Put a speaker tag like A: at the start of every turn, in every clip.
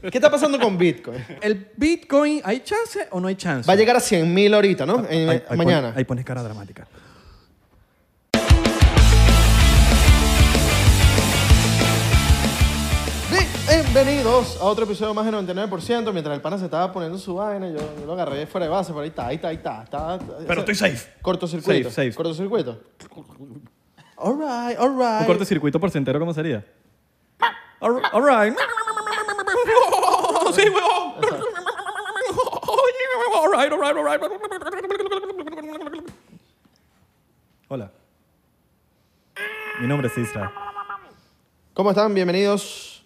A: ¿Qué está pasando con Bitcoin?
B: ¿El Bitcoin hay chance o no hay chance?
A: Va a llegar a 100 mil ahorita, ¿no? En-
B: Ahí- ahí
A: mañana.
B: pon- ahí pones cara dramática.
A: Bienvenidos a otro episodio más de 99%. Mientras el pana se estaba poniendo su vaina, yo, yo lo agarré fuera de base, pero ahí está, ahí está, ahí está. está-
C: Pero estoy safe.
A: Cortocircuito.
C: Safe, safe.
A: Cortocircuito. All right, all
C: ¿Un
A: right.
C: cortocircuito por centero cómo sería?
B: All ri- all right. Sí, huevón. All right, all right, all right.
C: Hola. Mi nombre es Isra.
A: ¿Cómo están? Bienvenidos.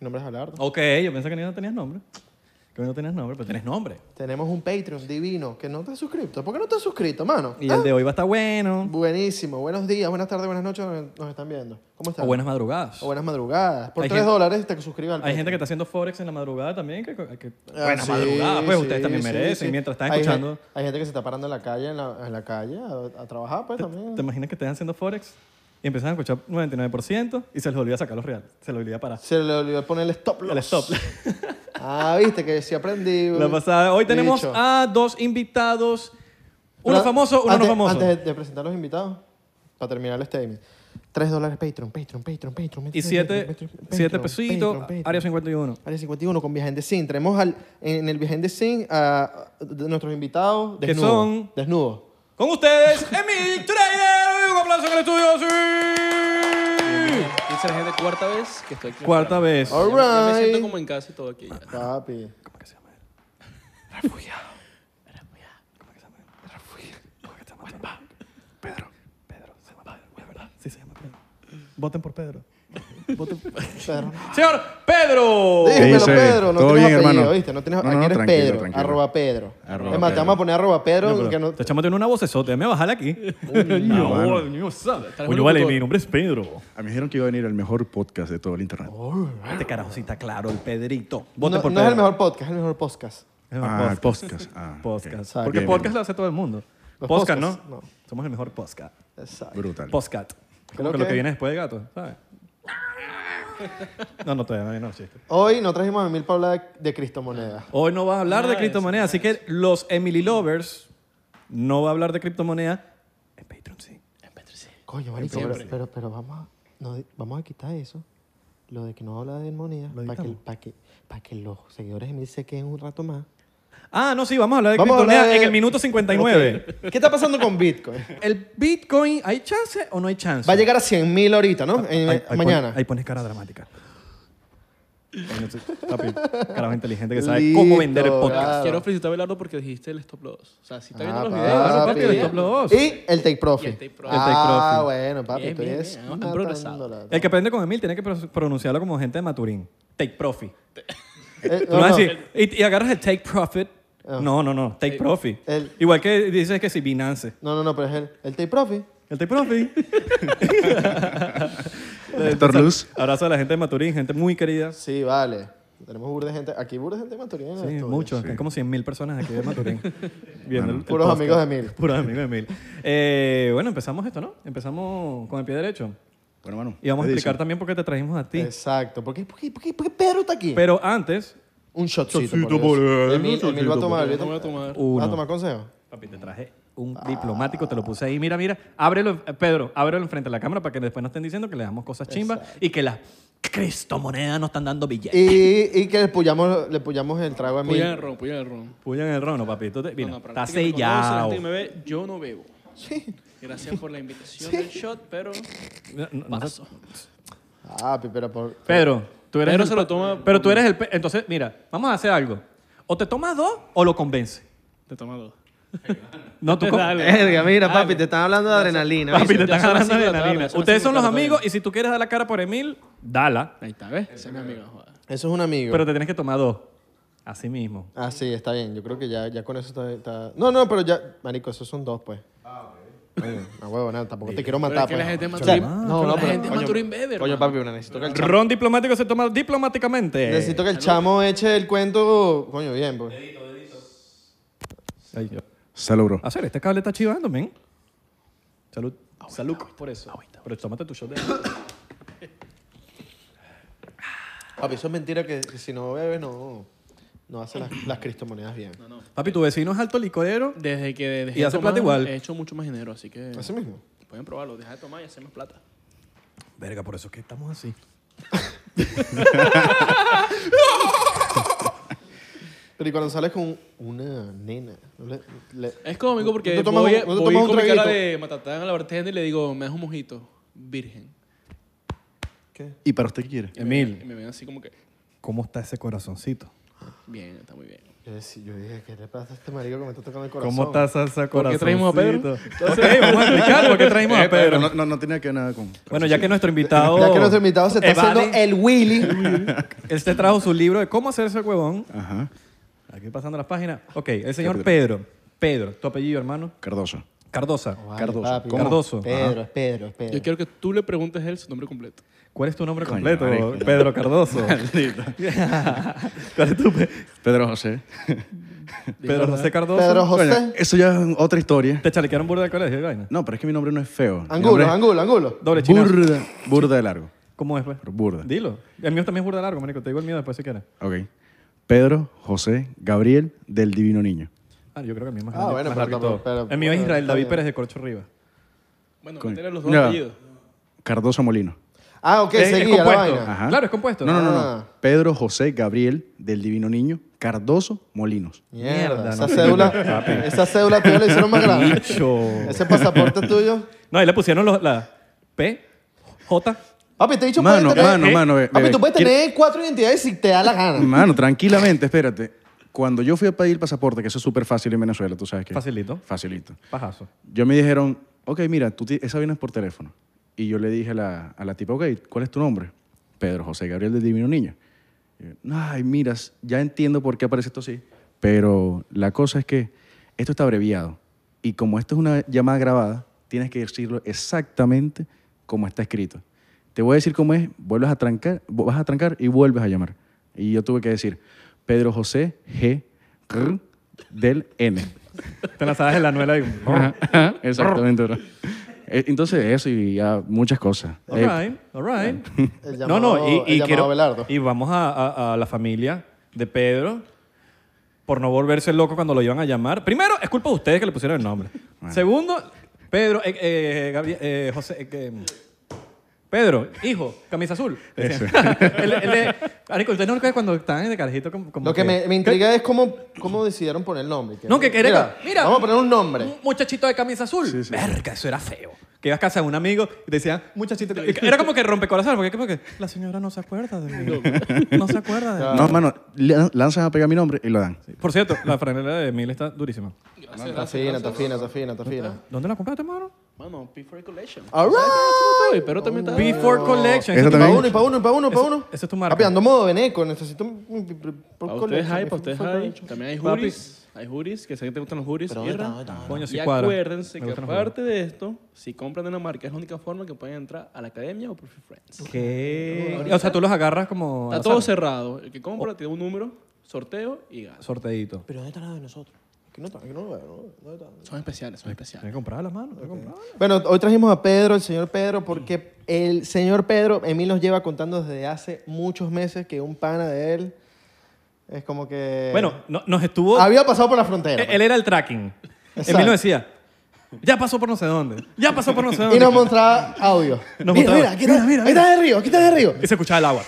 A: Mi nombre es Alardo.
C: Ok, yo pensé que no tenías nombre. Que no tenías nombre, pero tenés nombre.
A: Tenemos un Patreon divino que no te has suscrito. ¿Por qué no te has suscrito, mano?
C: Y
A: ¿Ah?
C: el de hoy va a estar bueno.
A: Buenísimo. Buenos días, buenas tardes, buenas noches. nos- Nos están viendo. ¿Cómo están?
C: O buenas madrugadas.
A: O buenas madrugadas. Por
C: Hay
A: 3
C: gente-
A: dólares te suscribas al
C: Hay gente que
A: Patreon.
C: está haciendo Forex en la madrugada también. Que, que-
A: Ah,
C: buenas
A: sí,
C: madrugadas, pues
A: sí,
C: ustedes también
A: sí,
C: merecen.
A: sí.
C: Mientras están
A: Hay gen-
C: escuchando,
A: Hay, gente que se está parando en la calle, en la, en la calle a, a trabajar, pues también.
C: ¿te imaginas que estén haciendo Forex? Y empiezan a escuchar 99% y se les olvida sacar los reales. Se les olvida parar.
A: Se le olvidó poner el stop loss.
C: El stop.
A: Ah, viste que sí aprendí.
C: La pasada. Hoy tenemos
A: bicho.
C: a dos invitados. Uno
A: Pero
C: famoso, uno
A: antes,
C: no famoso.
A: Antes de, de presentar los invitados, para terminar el statement. 3 dólares Patreon, Patreon, Patreon, Patreon.
C: Y siete, siete pesitos, área 51.
A: Área 51 con Viajen de Sin. Tenemos al, en el Viajen de Sin a, a- de nuestros invitados
C: Que
A: desnudos.
C: son-
A: Desnudos.
C: Con ustedes, Emil Trader. Un aplauso en el estudio. sí.
D: Yo seré de cuarta vez que estoy aquí.
C: Cuarta vez.
A: All
D: Ya me- ya me
A: right.
D: siento como en casa y todo aquí. ya.
A: Papi.
C: ¿Cómo que se llama él? ¿Cómo que se llama él? ¿Cómo que se llama él? Pedro. Pedro. Se llama Pedro. Es verdad. Sí, se llama Pedro. Voten por Pedro. Voten por
A: Pedro.
C: Señor Pedro.
E: Sí.
A: Dímelo,
E: dice?
A: Pedro. No
E: ¿Todo
A: tienes
E: bien,
A: apellido,
E: hermano?
A: ¿viste? No tienes...
E: No, no,
A: aquí
E: no,
A: eres
E: tranquilo,
A: Pedro.
E: tranquilo.
A: Arroba Pedro.
E: Arroba
A: es más, te
E: Pedro.
A: vamos a poner arroba Pedro.
C: No,
A: que
C: pero
A: no...
C: Te echamos de una vocesota. Déjame bajarla aquí.
E: No, mano.
C: Coño, vale, mi nombre es Pedro.
E: A mí Ah, me dijeron que iba a venir el mejor podcast de todo el internet.
C: Este carajo sí está claro, el Pedrito.
A: No,
C: Voten por
A: no es
C: Pedro.
A: el mejor podcast, es el mejor podcast.
C: Es el
E: ah,
C: podcast.
E: podcast. Ah,
C: Podcast.
A: Exacto.
C: Porque
E: Bien,
C: podcast
E: bien.
C: lo hace todo el mundo.
A: Los
C: Podcast, ¿no?
A: podcasts, no.
C: Somos el mejor podcast.
E: ok.
A: Exacto.
E: Brutal.
C: Podcast. Como
A: Creo
C: que, lo
A: que-
C: que viene después de gato, ¿sabes? No, no, todavía no viene el chiste.
A: Hoy no trajimos a Emil para hablar de, de criptomonedas.
C: Hoy no va a hablar de
D: Nice,
C: criptomonedas, así que los Emily Lovers no va a hablar de criptomonedas. En Patreon sí.
D: En Petro, sí.
A: Coño, marico, pero,
D: Siempre.
A: pero, pero vamos, a, no di- vamos a quitar eso. Lo de que no habla de monedas
C: Lo
A: para que,
C: editamos.
A: pa' que, pa' que los seguidores de Emil se queden un rato más.
C: Ah, no, sí, vamos a hablar de
A: Vamos a hablar
C: criptomonedas en
A: de-
C: el minuto 59.
A: Ok. ¿Qué está pasando con Bitcoin?
B: ¿El Bitcoin hay chance o no hay chance?
A: Va a llegar a 100 mil ahorita,
E: Ah,
A: ¿no? En-
C: Ahí- ahí
A: mañana.
C: pon- ahí pones cara dramática. Ay, no sé, papi, carajo inteligente que sabe cómo vender el
A: Listo,
C: podcast.
A: Claro.
D: Quiero felicitar a Belardo porque dijiste el stop loss. O sea, si está viendo
A: Ah,
D: los
A: papi.
D: videos.
C: parte del stop loss.
A: Y el take profit.
D: Y el take profit.
A: Ah,
C: El take profit.
A: bueno, papi, Eh,
D: Bien,
A: tú
D: bien,
A: eres
D: bien. Han progresado.
A: matándola.
C: El que aprende con Emil tiene que pro- pronunciarlo como gente de Maturín. Take profit.
A: Eh,
C: Tú
A: no,
C: vas a
A: no.
C: decir, y, y agarras el take profit.
A: Ah.
C: No, no, no. Take profit.
A: el-
C: Igual que dices que si Binance.
A: No, no, no, pero es el, el take profit.
C: El take profit.
E: Doctor Eh, Luz.
C: Abrazo a la gente de Maturín, gente muy querida. Sí,
A: Sí, vale. Tenemos burda de gente. Aquí burda de gente de Maturín. en el estudio.
C: muchos. Están como 100.000 personas aquí de Maturín. viendo el- el
A: Puros
C: podcast.
A: amigos de Emil.
C: Puros amigos de Emil. Eh, bueno, empezamos esto, ¿no? Empezamos con el pie derecho.
E: Bueno, mano.
C: Y vamos a
E: ¿qué
C: explicar
E: dicen?
C: también por qué te trajimos a ti.
A: Exacto. ¿Por qué, por qué- por qué- por qué Pedro está aquí?
C: Pero antes,
A: Un shotcito.
E: Shotcito,
A: por Dios.
E: por Dios.
A: Emil,
E: Shotcito,
A: Emil va a tomar.
D: Yo
A: Emil
D: te voy a
A: va
D: tomar.
A: ¿Vas a
C: uno.
A: tomar consejo?
C: Papi, te traje un diplomático, te lo puse ahí. Mira, mira, ábrelo, eh, Pedro, ábrelo enfrente de la cámara para que después no estén diciendo que le damos cosas chimbas y que las cristomonedas no están dando billetes.
A: Y, y que le puyamos, le puyamos el trago a
D: Puya el
A: Emil.
D: ron, puya el ron.
C: Puyan el rono, papi. Tú te- mira,
D: No, no, para la
C: está
D: gente que me conoce, la
C: sellado.
D: gente que me ve, yo no bebo.
A: Sí.
D: Gracias por la invitación del shot, pero
C: Mira, no- no-
D: paso.
A: Ah, pi- pero por...
C: Pedro, tú eres
D: Pedro
C: el
D: se
C: pa-
D: lo toma-
C: Pero tú eres el... pe- Entonces, mira, vamos a hacer algo. O te tomas dos o lo convences.
D: Te toma dos.
C: No, tú... con-
A: Verga, mira, papi, te están hablando de adrenalina.
C: Papi, te
D: Ya
C: están
D: son
C: hablando
D: las cinco de
C: de
D: la tarde,
C: adrenalina.
D: son las
C: Ustedes
D: cinco
C: son
D: de
C: los
D: la tarde.
C: amigos y si tú quieres dar la cara por Emil, dala.
D: Ahí está, ¿ves? Ese es mi amigo, joder.
A: Eso es un amigo.
C: Pero te tienes que tomar dos. Así mismo.
A: Ah, sí, está bien. Yo creo que ya, ya con eso está, está- No, no, pero ya... Marico, esos son dos, pues. Ah, No, huevo, nada. Tampoco te quiero
D: Pero
A: matar,
D: es que
A: pues.
D: la gente de
A: O sea,
D: Maturín-
A: No,
D: la
A: no, pero...
D: gente de
A: coño,
D: Maturín bebe,
A: Coño,
D: hermano.
A: papi, bueno, necesito que el chamo...
C: Ron diplomático se toma diplomáticamente.
A: Necesito que el chamo eche el cuento... Coño, bien, pues.
C: Ay, yo-
E: Salud, bro.
C: Hacer, este cable está chivando, men. Salud. Salud por eso. Pero tómate tu shot de
A: Papi, eso es mentira que, que si no bebes no, no hace las, las cristomonedas bien.
C: Papi, tu vecino es alto licorero.
D: Desde que dejé
C: Y
D: de
C: hace
D: tomar,
C: plata igual.
D: He hecho mucho más dinero, así que
A: Así mismo.
D: pueden probarlo. Deja de tomar y hacer más plata.
C: Verga, por eso es que estamos así.
A: Pero y cuando sales con una nena, no le- le-
D: Es cómico porque
A: ¿No te tomas
D: voy,
A: un- no te
D: voy
A: tomas un
D: con mi cara
A: traguito?
D: de matatán a la bartender y le digo, me das un mojito, virgen.
A: ¿qué?
E: ¿Y para usted qué quiere?
D: Y me- Y
C: Emil,
D: me ven así como que,
C: ¿cómo está ese corazoncito?
D: bien, está muy bien.
A: Yo, decí- yo dije, ¿qué le pasa a este marido que me está tocando el corazón?
C: ¿Cómo está ese corazoncito?
D: ¿Por qué traímos a Pedro?
C: Ok, vamos a explicar por qué traímos a
E: Eh, Pero
C: Pedro.
E: no, no, no tenía que ver nada con.
C: Bueno, ya que nuestro invitado...
A: Ya que nuestro invitado se está
C: Oh. evade,
A: haciendo el Willy.
C: Él se trajo su libro de cómo hacerse huevón.
E: Ajá.
C: Aquí pasando las páginas. Ok, el señor Pedro. Pedro, tu apellido, hermano.
E: Cardoso.
C: Cardosa.
A: Vale,
E: Cardoso.
A: papi,
E: ¿Cómo?
C: Cardoso.
A: Pedro, es Pedro, es Pedro.
D: Yo quiero que tú le preguntes a él su nombre completo.
C: ¿Cuál es tu nombre
E: Coño,
C: completo?
E: marico.
C: Pedro Cardoso. ¿Cuál es tu pe-
E: Pedro José.
C: Pedro José Cardoso?
A: Pedro José.
E: Bueno, eso ya es otra historia.
C: ¿Te chalequearon burda del colegio y vaina?
E: No, pero es que mi nombre no es feo. Mi
A: Angulo,
E: nombre es
A: angulo, angulo.
C: Doble chino.
E: Burda, burda de largo.
C: ¿Cómo es, pues?
E: Pero burda.
C: Dilo. El mío también es burda largo, marico. Te digo el mío después si quieres.
E: Ok. Pedro José Gabriel del Divino Niño.
C: Ah, yo creo que el mío es más
A: Ah,
C: grande,
A: bueno,
C: más
A: pero
C: largo y
A: tampoco-
C: todo.
A: pero-
C: El mío es
A: bueno,
C: Israel
A: está
C: David
A: bien.
C: Pérez de Corcho Arriba.
D: Bueno,
E: Coño.
D: métele los dos
E: Ya.
D: apellidos.
E: Cardoso Molino.
A: Ah, ok,
C: Es- es
A: seguía la
C: compuesto.
A: vaina.
E: Ajá.
C: Claro, es compuesto.
E: No, no, no, no.
A: Ah.
E: Pedro José Gabriel del Divino Niño. Cardoso Molinos.
A: Mierda,
C: Mierda,
A: esa,
C: no.
A: cédula,
C: Papi.
A: esa cédula tuya la hicieron más grande.
C: Bicho.
A: Ese pasaporte tuyo.
C: No, ahí le pusieron los- la P, J.
A: Papi, te he dicho
E: Mano,
A: puedes tener- eh,
E: mano, mano, be-
A: Papi,
E: bebé.
A: tú puedes
E: Quiero- Mm.
A: tener cuatro identidades si te da la gana.
E: Mano, tranquilamente, espérate. Cuando yo fui a pedir el pasaporte, que eso es súper fácil en Venezuela, tú sabes que.
C: Facilito.
E: Facilito.
C: Pajazo.
E: Yo me dijeron, ok, mira, tú ti- esa viene por teléfono. Y yo le dije a la, a la tipa, ok, ¿cuál es tu nombre? Pedro José Gabriel del Divino Niño. Y yo, Ay, miras, ya entiendo por qué aparece esto así. Pero la cosa es que esto está abreviado. Y como esto es una llamada grabada, tienes que decirlo exactamente como está escrito. Te voy a decir cómo es, vuelves a trancar, vo- vas a trancar y vuelves a llamar. Y yo tuve que decir, Pedro José G. R. del N.
C: Te la sabes en la anuela y...
E: Ajá, ajá, Exactamente, bro. Eh, Entonces, eso y ya muchas cosas.
C: All
E: Eh,
C: right, all right.
A: El
C: no, no,
A: llamado-
C: y,
A: el
C: y
A: llamado
C: quiero-
A: Abelardo.
C: y vamos a, a- a la familia de Pedro por no volverse loco cuando lo iban a llamar. Primero, es culpa de ustedes que le pusieron el nombre. Segundo, Pedro, eh, eh, Gabriel- eh, José, eh, que- Pedro, hijo, camisa azul. decían. Él- él le- Marico, ¿ustedes no recuerdan cuando estaban de carajito como, como
A: Lo que me, me intriga es cómo, cómo decidieron poner el nombre.
C: No, que quería-
A: mira,
C: mira.
A: Vamos a poner un nombre.
C: Un muchachito de camisa azul. Verga, eso era feo. Que ibas a casa de un amigo y te decían, muchachito. de cam-". Era como que rompecorazón, porque como que la señora no se acuerda de mí. No se acuerda de mí.
E: No, mano, le- lanzan a pegar mi nombre y lo dan.
C: Por cierto, la franela de Emil está durísima.
A: Está fina, está fina, está fina, está fina.
C: ¿Dónde la compraste, hermano?
D: Mano, P4 Collection.
A: All right.
D: Ay, pero también
A: Oh.
D: está...
C: B4 Collection.
E: Eso
A: Pa'
C: Ese-
E: también.
A: uno, y pa' uno, y pa' uno, y pa'
C: Eso-
A: uno.
C: eso es tu marca.
A: Papi, ando modo veneco, necesito... un- un- un-
D: Para
A: un-
D: Ah, ustedes hay, para
A: un-
D: ustedes
A: un-
D: hay. También hay
C: Papi.
D: juris. Hay juris, que sé que te gustan los juris.
A: Pero,
D: Irra.
A: ¿dónde está? ¿dónde está?
C: Coño, sí
D: y
C: cuadra.
D: acuérdense
C: Me
D: que
C: gustan los juegos.
D: aparte de esto, si compran en la marca es la única forma que pueden entrar a la academia o por Free Friends.
C: ¿Qué? O sea, tú los agarras como...
D: Está
C: al
D: todo
C: azar.
D: cerrado. El que
A: Oh.
D: compra tiene un número, sorteo y gana.
C: Sorteadito.
A: Pero ¿dónde está la de nosotros? Aquí no está, aquí no lo veo, ¿no? ¿Dónde está?
D: Son especiales, son especiales.
C: Tienes que comprar las manos. tienes que comprarlas.
A: Bueno, hoy trajimos a Pedro, el señor Pedro, porque el señor Pedro, Emil nos lleva contando desde hace muchos meses que un pana de él es como que...
C: Bueno, no- nos estuvo... e-,
A: Había pasado por la frontera. pues,
C: Él él era el tracking.
A: ah, Exacto.
C: Emil nos decía, ya pasó por no sé dónde. Ya pasó por no sé dónde.
A: Y nos mostraba audio.
C: Nos
A: mira,
C: mostraba.
A: mira, aquí está,
C: Mira, mira,
A: ahí está de río, aquí está de río.
C: Y se escuchaba el agua.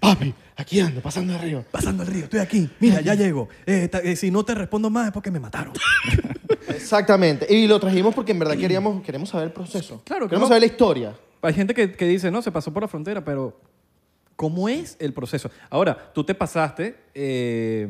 A: Papi, aquí ando, pasando de río.
C: Pasando el río, estoy aquí. Mira, ya llego. Eh, ta- eh, si no te respondo más es porque me mataron.
A: Exactamente. Y lo trajimos porque en verdad queríamos, queremos saber el proceso. Queremos
C: Claro, queremos-
A: saber la historia.
C: Hay gente que, que dice, no, se pasó por la frontera, pero ¿cómo es el proceso? Ahora, tú te pasaste, eh,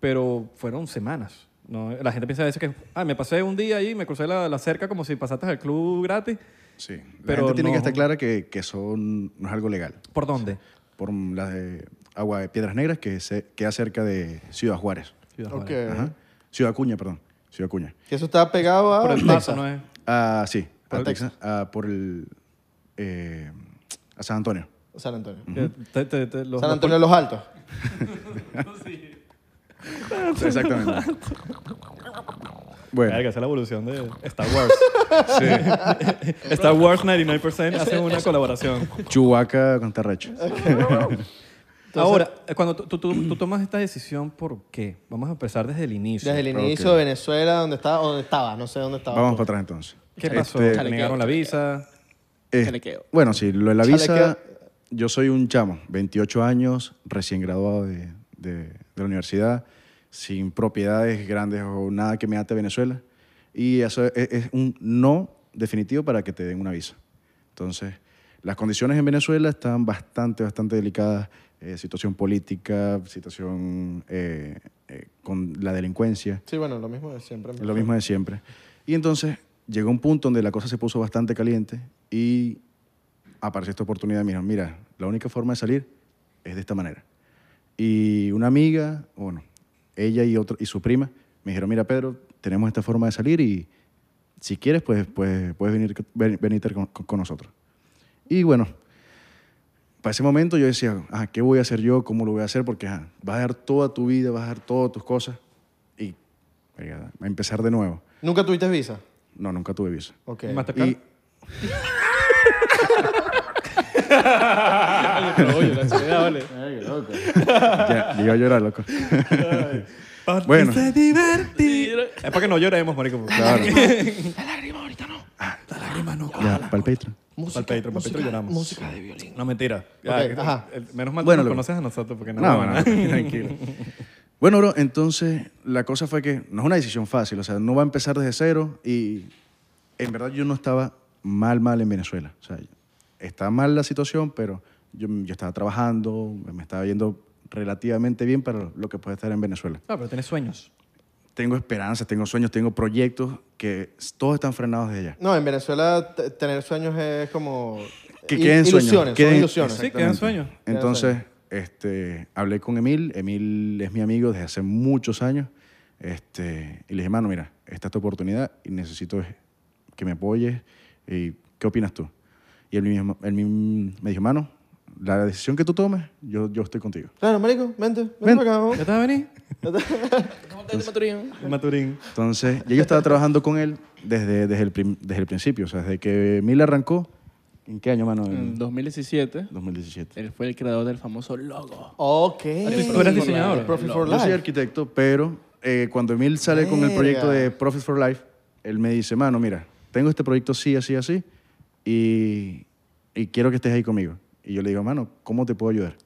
C: pero fueron semanas. ¿no? La gente piensa a veces que, ah, me pasé un día ahí, me crucé la, la cerca como si pasaste al club gratis.
E: Sí. La
C: Pero
E: gente tiene
C: no.
E: que estar clara que, que eso no es algo legal.
C: ¿Por dónde?
E: Por la de Agua de Piedras Negras, que se queda cerca de Ciudad Juárez.
C: Ciudad
A: Ok.
C: Juárez.
E: Ajá. Ciudad Cuña, perdón. Ciudad Cuña.
A: Que eso está pegado a
C: Por el
A: Texas.
C: paso, ¿no es?
E: Ah, sí.
A: Por
E: a
A: Texas.
E: Texas, ah, por el... eh, a San Antonio.
A: San Antonio.
C: Te- te- te- los-
A: San Antonio de los Altos.
E: Exactamente. Bueno.
C: Verga, esa es la evolución de Star Wars. Star Wars 99% hace una colaboración.
E: Chubaca con Tarracho.
A: Entonces,
C: Ahora, eh, cuando tú, tú- tú- tú tomas esta decisión, ¿por qué? Vamos a empezar desde el inicio.
A: desde el
E: ok.
A: inicio de Venezuela, donde estaba, o donde estaba, no sé dónde estaba.
E: Vamos
A: tú.
E: para atrás entonces.
C: ¿Qué pasó?
E: Este,
C: ¿Le
D: Chalequeo,
C: negaron la visa?
E: Eh,
D: Chalequeo.
E: Bueno, sí, lo de la visa,
A: Chalequeo.
E: yo soy un chamo, 28 años, recién graduado de, de- de la universidad, sin propiedades grandes o nada que me ate a Venezuela. Y eso es, es un no definitivo para que te den una visa. Entonces, las condiciones en Venezuela están bastante, bastante delicadas. eh, situación política, situación eh, eh, con la delincuencia.
A: Sí, bueno, lo mismo de siempre.
E: Es Lo mismo de siempre. Y entonces llegó un punto donde la cosa se puso bastante caliente y apareció esta oportunidad. Me dijeron, mira, la única forma de salir es de esta manera. Y una amiga, bueno, ella y, otro, y su prima me dijeron, mira, Pedro, tenemos esta forma de salir y si quieres, pues, pues puedes venir, ven- venirte con, con- con nosotros. Y bueno, para ese momento yo decía, ah, ¿qué voy a hacer yo? ¿Cómo lo voy a hacer? Porque ah, vas a dar toda tu vida, vas a dar todas tus cosas y verga, a empezar de nuevo.
A: ¿Nunca tuviste visa?
E: No, nunca tuve visa.
A: Ok.
C: ¿Mastercard?
E: Y-
D: Ah, Oye, la ansiedad, vale.
E: Ya, iba a llorar, loco.
C: Ah,
E: bueno,
C: Es para que no lloremos, marico.
E: claro. Ah,
C: Lágrima no.
E: Ya, para el Patreon.
C: Música, para el Patreon, para el Patreon lloramos. Música de violín. No, mentira. Ya,
A: Ok,
C: el-
A: ajá.
C: el- menos mal que
E: Bueno,
C: nos
E: lo-
C: conoces a nosotros porque no.
E: No, no, tranquilo. Bueno, bro, entonces la cosa fue que no es una decisión fácil, o sea, no va a empezar desde cero y en verdad yo no estaba mal, mal en Venezuela. O sea, está mal la situación, pero yo, yo estaba trabajando, me estaba yendo relativamente bien para lo que puede estar en Venezuela.
C: Ah, pero tienes sueños.
E: Tengo esperanzas, tengo sueños, tengo proyectos que todos están frenados desde allá.
A: No, en Venezuela te- tener sueños es como...
E: Que
A: i-
E: queden sueños.
A: ilusiones, son
E: queden-
A: ilusiones.
C: Sí, quedan
E: Exactamente.
C: sueños.
E: Entonces, este, hablé con Emil. Emil es mi amigo desde hace muchos años. Este, y le dije, mano, mira, esta es tu oportunidad y necesito es que me apoyes. ¿Y qué opinas tú? Y él mismo, él mismo me dijo, mano, la decisión que tú tomes, yo, yo estoy contigo.
A: Claro, marico, vente, vente,
E: Ven.
A: para acá, vamos.
C: ¿Ya te vas a venir?
D: Maturín.
C: Maturín.
E: Entonces, ya yo estaba trabajando con él desde, desde, el, prim- desde el principio. O sea, desde que Emil arrancó, ¿en qué año, mano?
A: Mm.
D: En 2017,
E: 2017.
D: él fue el creador del famoso logo.
A: Ok.
D: tú eres diseñador.
A: Profit for
E: Yo soy
A: Life.
E: arquitecto, pero eh, cuando Emil sale con el
A: Verga.
E: proyecto de Profit for Life, él me dice, mano, mira, tengo este proyecto así, así, así, y, y quiero que estés ahí conmigo. Y yo le digo, mano, ¿cómo te puedo ayudar?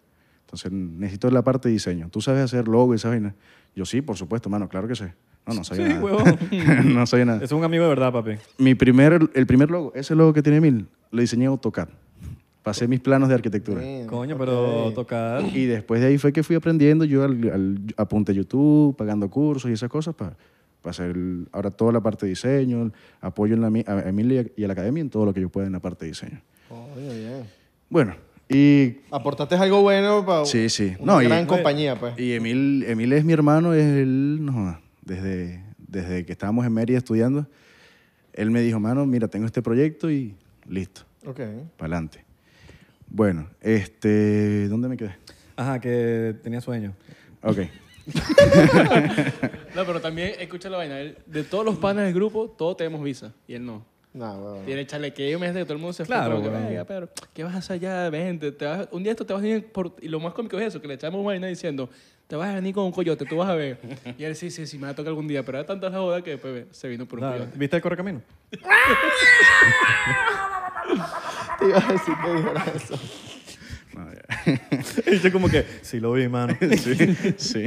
E: Entonces, necesito la parte de diseño. ¿Tú sabes hacer logo y esa vaina? Yo, sí, por supuesto, mano, claro que sé. No, no sabía
C: Sí,
E: nada.
C: huevón.
E: no sabía nada.
C: Es un amigo de verdad, papi.
E: Mi primer, el primer logo, ese logo que tiene Emil, lo diseñé en AutoCAD. Pasé mis planos de arquitectura.
A: Bien,
C: Coño,
A: ok.
C: pero tocar.
E: Y después de ahí fue que fui aprendiendo yo al, al- apunté a YouTube, pagando cursos y esas cosas para hacer el- ahora toda la parte de diseño, el apoyo en la, mi- a a Emilia y a la academia en todo lo que yo pueda en la parte de diseño.
A: Coño, bien.
E: Bueno, y
A: Aportaste algo bueno para
E: Sí, sí.
A: una
E: No, y-
A: gran compañía, pues.
E: Y Emil, Emil es mi hermano, es él, no, joda, desde, desde que estábamos en Mérida estudiando, él me dijo, mano, mira, tengo este proyecto y listo,
A: Ok.
E: para adelante. Bueno, este, ¿dónde me quedé?
C: Ajá, que tenía sueños.
E: Ok.
D: No, pero también, escucha la vaina. él- de todos los panes del grupo, todos tenemos visa. Y él no.
A: Nah, huevón.
D: Tiene chalequeo, imagínate que todo el mundo se fue
C: Claro,
D: como que,
C: weón.
D: "Venga, Pedro, ¿qué vas a hacer allá? Vente, te vas- un día esto te vas a venir por... Y lo más cómico es eso, que le echamos vaina diciendo, te vas a venir con un coyote, tú vas a ver. Y él, sí, sí, sí, me va a tocar algún día. Pero era tanta la joda que después ve, se vino por un
C: Claro.
D: coyote.
C: ¿Viste el correcamino?
A: Te iba a decir que dijera eso.
E: No, ya.
C: Y yo como que, sí, lo vi, mano.
E: sí, sí.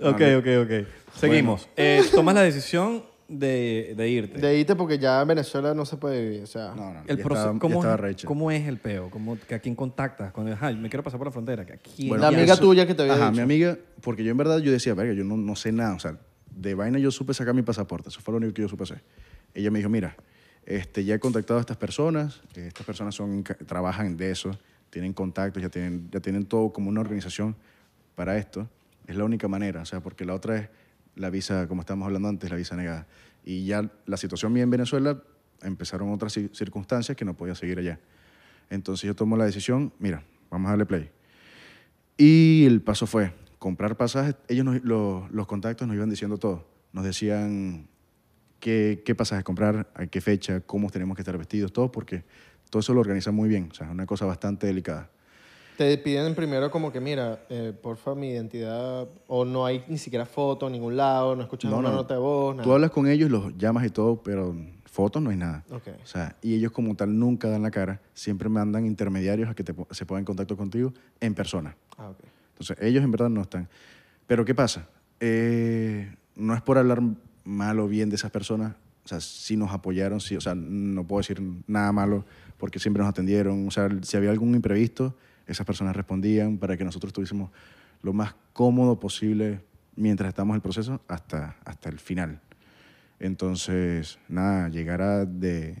C: Ok,
E: No,
C: ok, ok. Seguimos. Eh, tomas la decisión de, de irte.
A: De irte porque ya en Venezuela no se puede vivir, o sea...
E: No, no,
C: el
E: ya
C: proceso,
E: estaba- ya
C: ¿cómo,
E: estaba
C: es,
E: recho.
C: ¿Cómo es el peo? ¿Cómo, que ¿A quién contactas? Cuando, ajá, me quiero pasar por la frontera. que ¿A quién?
E: Bueno,
A: la
E: ya
A: amiga
E: eso-
A: tuya que te había
E: Ajá, mi
A: dicho.
E: amiga, porque yo en verdad yo decía, verga, yo no, no sé nada. O sea, de vaina yo supe sacar mi pasaporte. Eso fue lo único que yo supe hacer. Ella me dijo, mira, este, ya he contactado a estas personas. eh, Estas personas son, ca- trabajan de eso. Tienen contactos, ya tienen, ya tienen todo como una organización para esto. Es la única manera. O sea, porque la otra es la visa, como estábamos hablando antes, la visa negada. Y ya la situación mía en Venezuela empezaron otras ci- circunstancias que no podía seguir allá. Entonces yo tomo la decisión, mira, vamos a darle play. Y el paso fue comprar pasajes. Ellos, nos- lo- los contactos nos iban diciendo todo. Nos decían qué, qué pasajes comprar, a qué fecha, cómo tenemos que estar vestidos, todo, porque todo eso lo organizan muy bien. O sea, es una cosa bastante delicada.
A: Te piden primero como que, mira, eh, porfa, mi identidad, o no hay ni siquiera foto en ningún lado, no escuchas
E: No,
A: una
E: no.
A: nota de voz, nada.
E: Tú hablas con ellos, los llamas y todo, pero fotos no hay nada.
A: Ok.
E: O sea, y ellos como tal nunca dan la cara, siempre mandan intermediarios a que te po- se pongan en contacto contigo en persona.
A: Ah, ok.
E: Entonces, ellos en verdad no están. Pero ¿qué pasa? Eh, no es por hablar mal o bien de esas personas. O sea, sí nos apoyaron, sí, o sea, no puedo decir nada malo porque siempre nos atendieron. O sea, si había algún imprevisto, esas personas respondían para que nosotros estuviésemos lo más cómodo posible mientras estamos en el proceso hasta, hasta el final. Entonces, nada, llegara de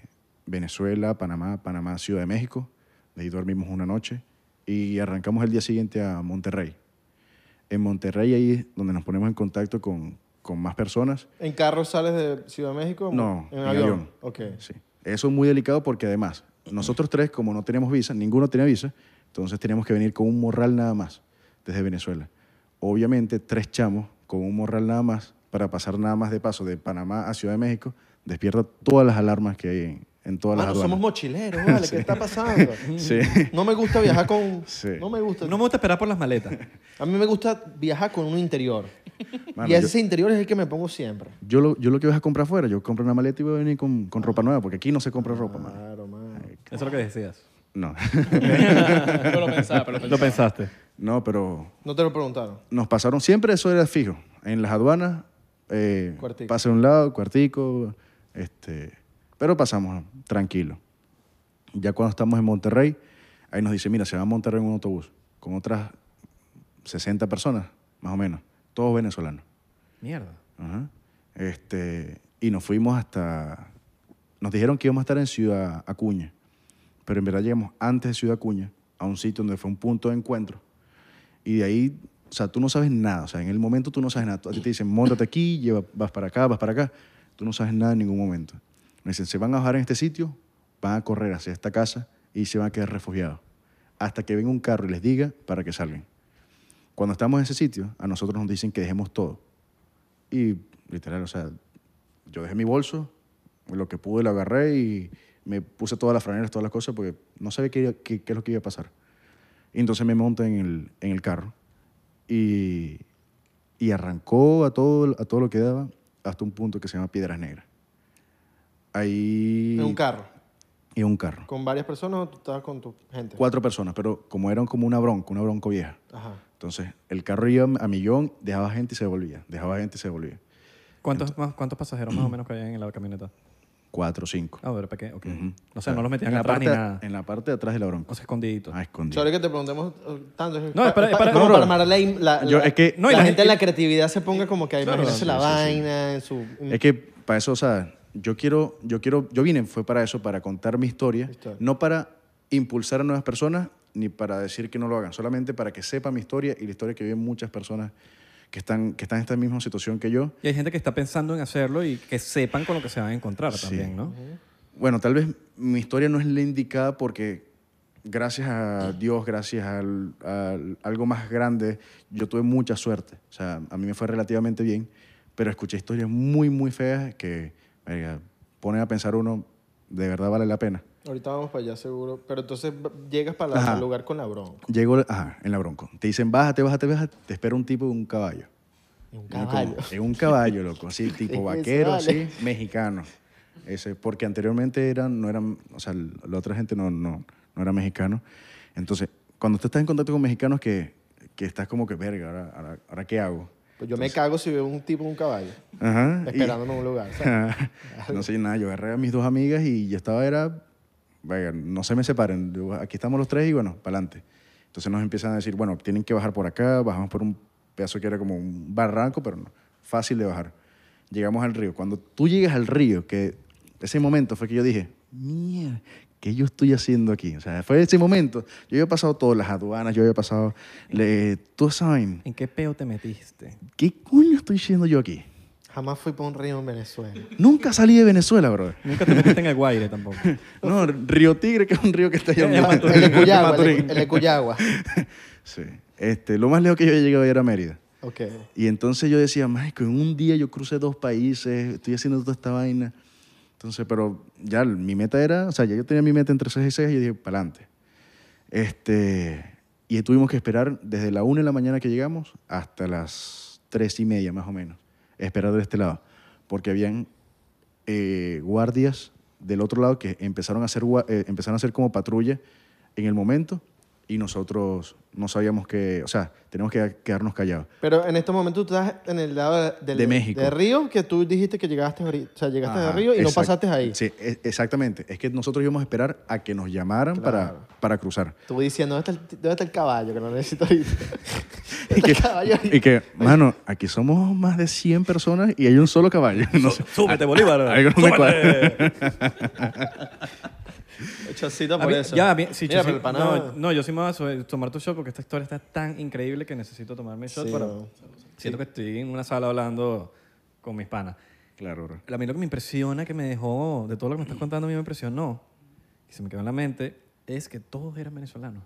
E: Venezuela, Panamá, Panamá, Ciudad de México. De ahí dormimos una noche y arrancamos el día siguiente a Monterrey. En Monterrey ahí es donde nos ponemos en contacto con, con más personas.
A: ¿En carro sales de Ciudad de México?
E: No,
A: en
E: en
A: avión.
E: avión.
A: Ok. Ah,
E: Sí. Eso es muy delicado porque además, nosotros tres, como no teníamos visa, ninguno tenía visa, entonces teníamos que venir con un morral nada más desde Venezuela. Obviamente, tres chamos con un morral nada más para pasar nada más de paso de Panamá a Ciudad de México, despierta todas las alarmas que hay en, en todas
A: Mano,
E: las
A: somos
E: aduanas.
A: mochileros, vale, ¿qué está pasando?
E: Sí.
A: No me gusta viajar con...
E: Sí.
A: No me gusta.
C: No me gusta esperar por las maletas.
A: A mí me gusta viajar con un interior.
E: Mano,
A: y
E: yo-
A: ese interior es el que me pongo siempre.
E: Yo lo, yo lo que vas a comprar fuera, yo compro una maleta y voy a venir con, con ropa nueva, porque aquí no se compra ropa, mano.
A: Claro, mano.
C: Eso es lo que decías.
E: No.
D: Yo lo pensaba, pero lo
C: Lo
D: pensaba.
C: pensaste.
E: no, pero
A: No te lo preguntaron.
E: nos pasaron, siempre eso era fijo. En las aduanas, eh,
A: Cuartico.
E: pase a un lado, cuartico, este, pero pasamos tranquilo. Ya cuando estamos en Monterrey, ahí nos dice, mira, se va a Monterrey en un autobús con otras 60 personas, más o menos, todos venezolanos.
C: Mierda.
E: Ajá. Este, y nos fuimos hasta. Nos dijeron que íbamos a estar en Ciudad Acuña, pero en verdad llegamos antes de Ciudad Acuña, a un sitio donde fue un punto de encuentro. Y de ahí, o sea, tú no sabes nada, o sea, en el momento tú no sabes nada. A ti te dicen, montate aquí, lleva, vas para acá, vas para acá. Tú no sabes nada en ningún momento. Me dicen, se van a bajar en este sitio, van a correr hacia esta casa y se van a quedar refugiados. Hasta que venga un carro y les diga para que salgan. Cuando estamos en ese sitio, a nosotros nos dicen que dejemos todo. Y literal, o sea, yo dejé mi bolso, lo que pude lo agarré y me puse todas las franeras, todas las cosas, porque no sabía qué, qué- qué es lo que iba a pasar. Y entonces me monté en el, en el carro y, y arrancó a todo, a todo lo que daba hasta un punto que se llama Piedras Negras. Ahí...
A: En un carro.
E: Y un carro.
A: ¿Con varias personas o tú estabas con tu gente?
E: Cuatro personas, pero como eran como una bronca, una bronco vieja.
A: Ajá.
E: Entonces, el carro iba a millón, dejaba gente y se devolvía, dejaba gente y se devolvía.
C: ¿Cuántos, más, ¿Cuántos pasajeros más o menos cabían en la camioneta?
E: Cuatro, cinco.
C: Ah, pero pequeño. ok.
E: Ujú.
C: O sea, no los metían
E: en la
C: atrás
E: parte,
C: ni nada.
E: En la parte de atrás de la bronca.
C: O sea, escondiditos.
E: Ah, escondido.
A: Sorry que te preguntemos eh, tanto.
C: No,
A: pa-
C: es para-
A: pa-
C: es para-
A: como
C: no,
A: para
C: no.
A: amarrar la, im- la-
E: Yo-
A: la-
E: es que-
C: no, y
A: la,
C: la
A: gente
C: gente-
A: en la creatividad se ponga como que a imaginarse la vaina en su...
E: Es que para eso, o sea, yo quiero, yo quiero, yo vine, fue para eso, para contar mi historia,
A: Historia.
E: no para impulsar a nuevas personas ni para decir que no lo hagan, solamente para que sepa mi historia y la historia que viven muchas personas que están, que están en esta misma situación que yo.
C: Y hay gente que está pensando en hacerlo y que sepan con lo que se van a encontrar
E: Sí.
C: también, ¿no?
E: Bueno, tal vez mi historia no es la indicada porque gracias a Dios, gracias al- al- algo más grande, yo tuve mucha suerte. O sea, a mí me fue relativamente bien, pero escuché historias muy, muy feas que verga, ponen a pensar uno, de verdad vale la pena.
A: Ahorita vamos para allá seguro. Pero entonces b- llegas para
E: Ajá.
A: el lugar con la bronca.
E: Llego ajá, en la bronco. Te dicen, bájate, bájate, bájate. Te espera un tipo de un caballo.
A: En un
E: Y uno
A: caballo.
E: como, En un caballo, loco. Así, tipo
A: Eso
E: vaquero,
A: vale.
E: así, mexicano. Ese, porque anteriormente eran, no eran, o sea, la otra gente no, no, no era mexicano. Entonces, cuando usted está en contacto con mexicanos que, que estás como que, verga, ahora, ahora, ahora qué hago.
A: Pues yo me cago si veo un tipo en un caballo.
E: Ajá. y-
A: Esperándome en un lugar. ¿sabes?
E: no sé nada, yo agarré a mis dos amigas y yo estaba, era, vaya, no se me separen, yo, aquí estamos los tres y bueno, para adelante. Entonces nos empiezan a decir, bueno, tienen que bajar por acá, bajamos por un pedazo que era como un barranco, pero no, fácil de bajar. Llegamos al río. Cuando tú llegas al río, que ese momento fue que yo dije, mierda, ¿qué yo estoy haciendo aquí? O sea, fue ese momento. Yo había pasado todas las aduanas, yo había pasado le, toda esa vaina.
C: ¿En qué peo te metiste?
E: ¿Qué coño estoy haciendo yo aquí?
A: Jamás fui para un río en Venezuela.
E: Nunca salí de Venezuela, brother.
C: Nunca te metiste en el Guaire tampoco.
E: No, Río Tigre, que es un río que está allá. en
A: El
E: Maturín.
A: de Cuyagua. El de-
E: Maturín.
A: el de Cuyagua.
E: Sí. Este, lo más lejos que yo he llegado era Mérida.
A: Ok.
E: Y entonces yo decía, mágico, en un día yo crucé dos países, estoy haciendo toda esta vaina. Entonces, pero ya mi meta era, o sea, ya yo tenía mi meta entre 6 y 6 y yo dije, para adelante. Este, y Y tuvimos que esperar desde la 1 de la mañana que llegamos hasta las 3 y media más o menos. Esperar de este lado. Porque habían eh, guardias del otro lado que empezaron a, hacer, gua- eh, empezaron a hacer como patrulla en el momento y nosotros no sabíamos que, o sea, tenemos que quedarnos callados.
A: Pero en estos momentos tú estás en el lado de, del-
E: De México.
A: de Río, que tú dijiste que llegaste, ahorita- o sea, llegaste
E: Ajá,
A: de Río y no
E: exact-
A: pasaste ahí.
E: Sí, e- exactamente. Es que nosotros íbamos a esperar a que nos llamaran
A: Claro.
E: para, para cruzar.
A: Tú diciendo, ¿dónde está el, dónde está el caballo? Que lo necesito ahorita. ¿Dónde
E: Y
A: está
E: que,
A: el caballo ahorita?
E: y que, mano, aquí somos más de 100 personas y hay un solo caballo. No sé.
C: Súbete, Bolívar.
E: Algo no me cuadra.
A: Chocito
C: A
A: por
C: mí-
A: eso.
C: Ya, a mí- sí,
A: Mira,
C: yo
A: pero
C: sí-
A: el pana-
C: no, no, yo sí me voy a so- tomar tu shot porque esta historia está tan increíble que necesito tomarme el shot.
A: Sí,
C: para-
A: no.
C: Siento que estoy en una sala hablando con mis panas.
E: Claro, bro.
C: A mí lo que me impresiona, que me dejó, de todo lo que me estás contando, a mí me impresionó, y se me quedó en la mente, es que todos eran venezolanos.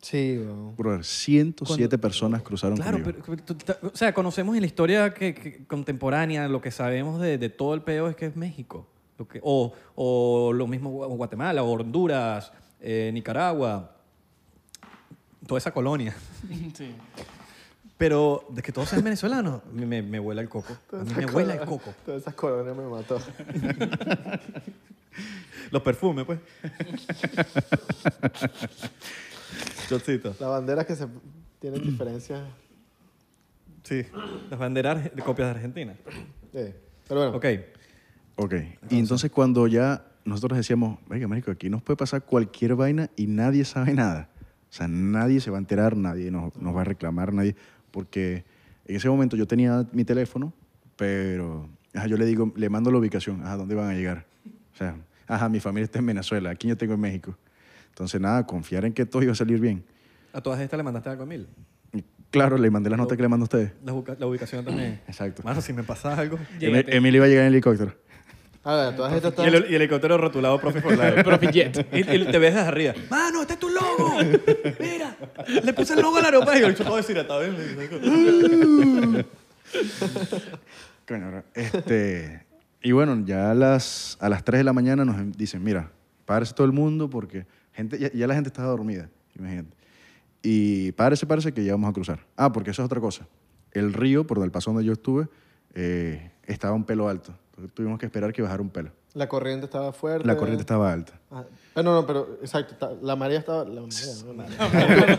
A: Sí, weón.
E: Brother, 107 personas cruzaron
C: Claro,
E: conmigo.
C: pero, pero tú- ta- o sea, conocemos en la historia que, que- contemporánea, lo que sabemos de, de todo el peo es que es México. Lo que, o, o lo mismo Gua- Guatemala, Honduras, eh, Nicaragua, toda esa colonia.
D: Sí.
C: Pero de que todos sean venezolanos, me, me, me huela el coco. A mí me huela el coco.
A: Todas esas colonias me mató.
C: Los perfumes, pues. Chocito.
A: Las banderas que se tienen diferencias.
C: Sí. Las banderas arge- de copias de Argentina.
A: eh, Pero bueno,
C: Ok.
E: Ok. Y entonces cuando ya nosotros decíamos, venga, marico, aquí nos puede pasar cualquier vaina y nadie sabe nada. O sea, nadie se va a enterar, nadie nos, nos va a reclamar, nadie. Porque en ese momento yo tenía mi teléfono, pero ajá, yo le digo, le mando la ubicación, ajá, ¿dónde van a llegar? O sea, ajá, mi familia está en Venezuela, aquí yo tengo en México. Entonces, nada, confiar en que todo iba a salir bien.
C: A todas estas le mandaste algo a Mil.
E: Y claro, le mandé las notas que le mando a ustedes.
C: La, ubica- la ubicación también.
E: Exacto.
C: Mano, si me pasa algo.
E: Emil Emilio iba a llegar en helicóptero.
A: a ver, todas estas
C: Y el, y el helicóptero rotulado, profe por la
D: Profe Jet.
C: y, y te ves desde arriba. Mano, este es tu logo. Mira. Le puse el logo al aeropuerto y yo todo deshidratado.
E: Coño, bro. Este, y bueno, ya a las, a las 3 de la mañana nos dicen, mira, párese todo el mundo porque gente, ya, ya la gente estaba dormida, imagínate. Y párese, párese que ya vamos a cruzar. Ah, porque eso es otra cosa. El río, por el paso donde yo estuve, eh, estaba un pelo alto. Entonces tuvimos que esperar que bajara un pelo.
A: La corriente estaba fuerte.
E: La corriente estaba alta.
A: Ah, eh, no, no, pero exacto. ta- La marea estaba. La, marea, no,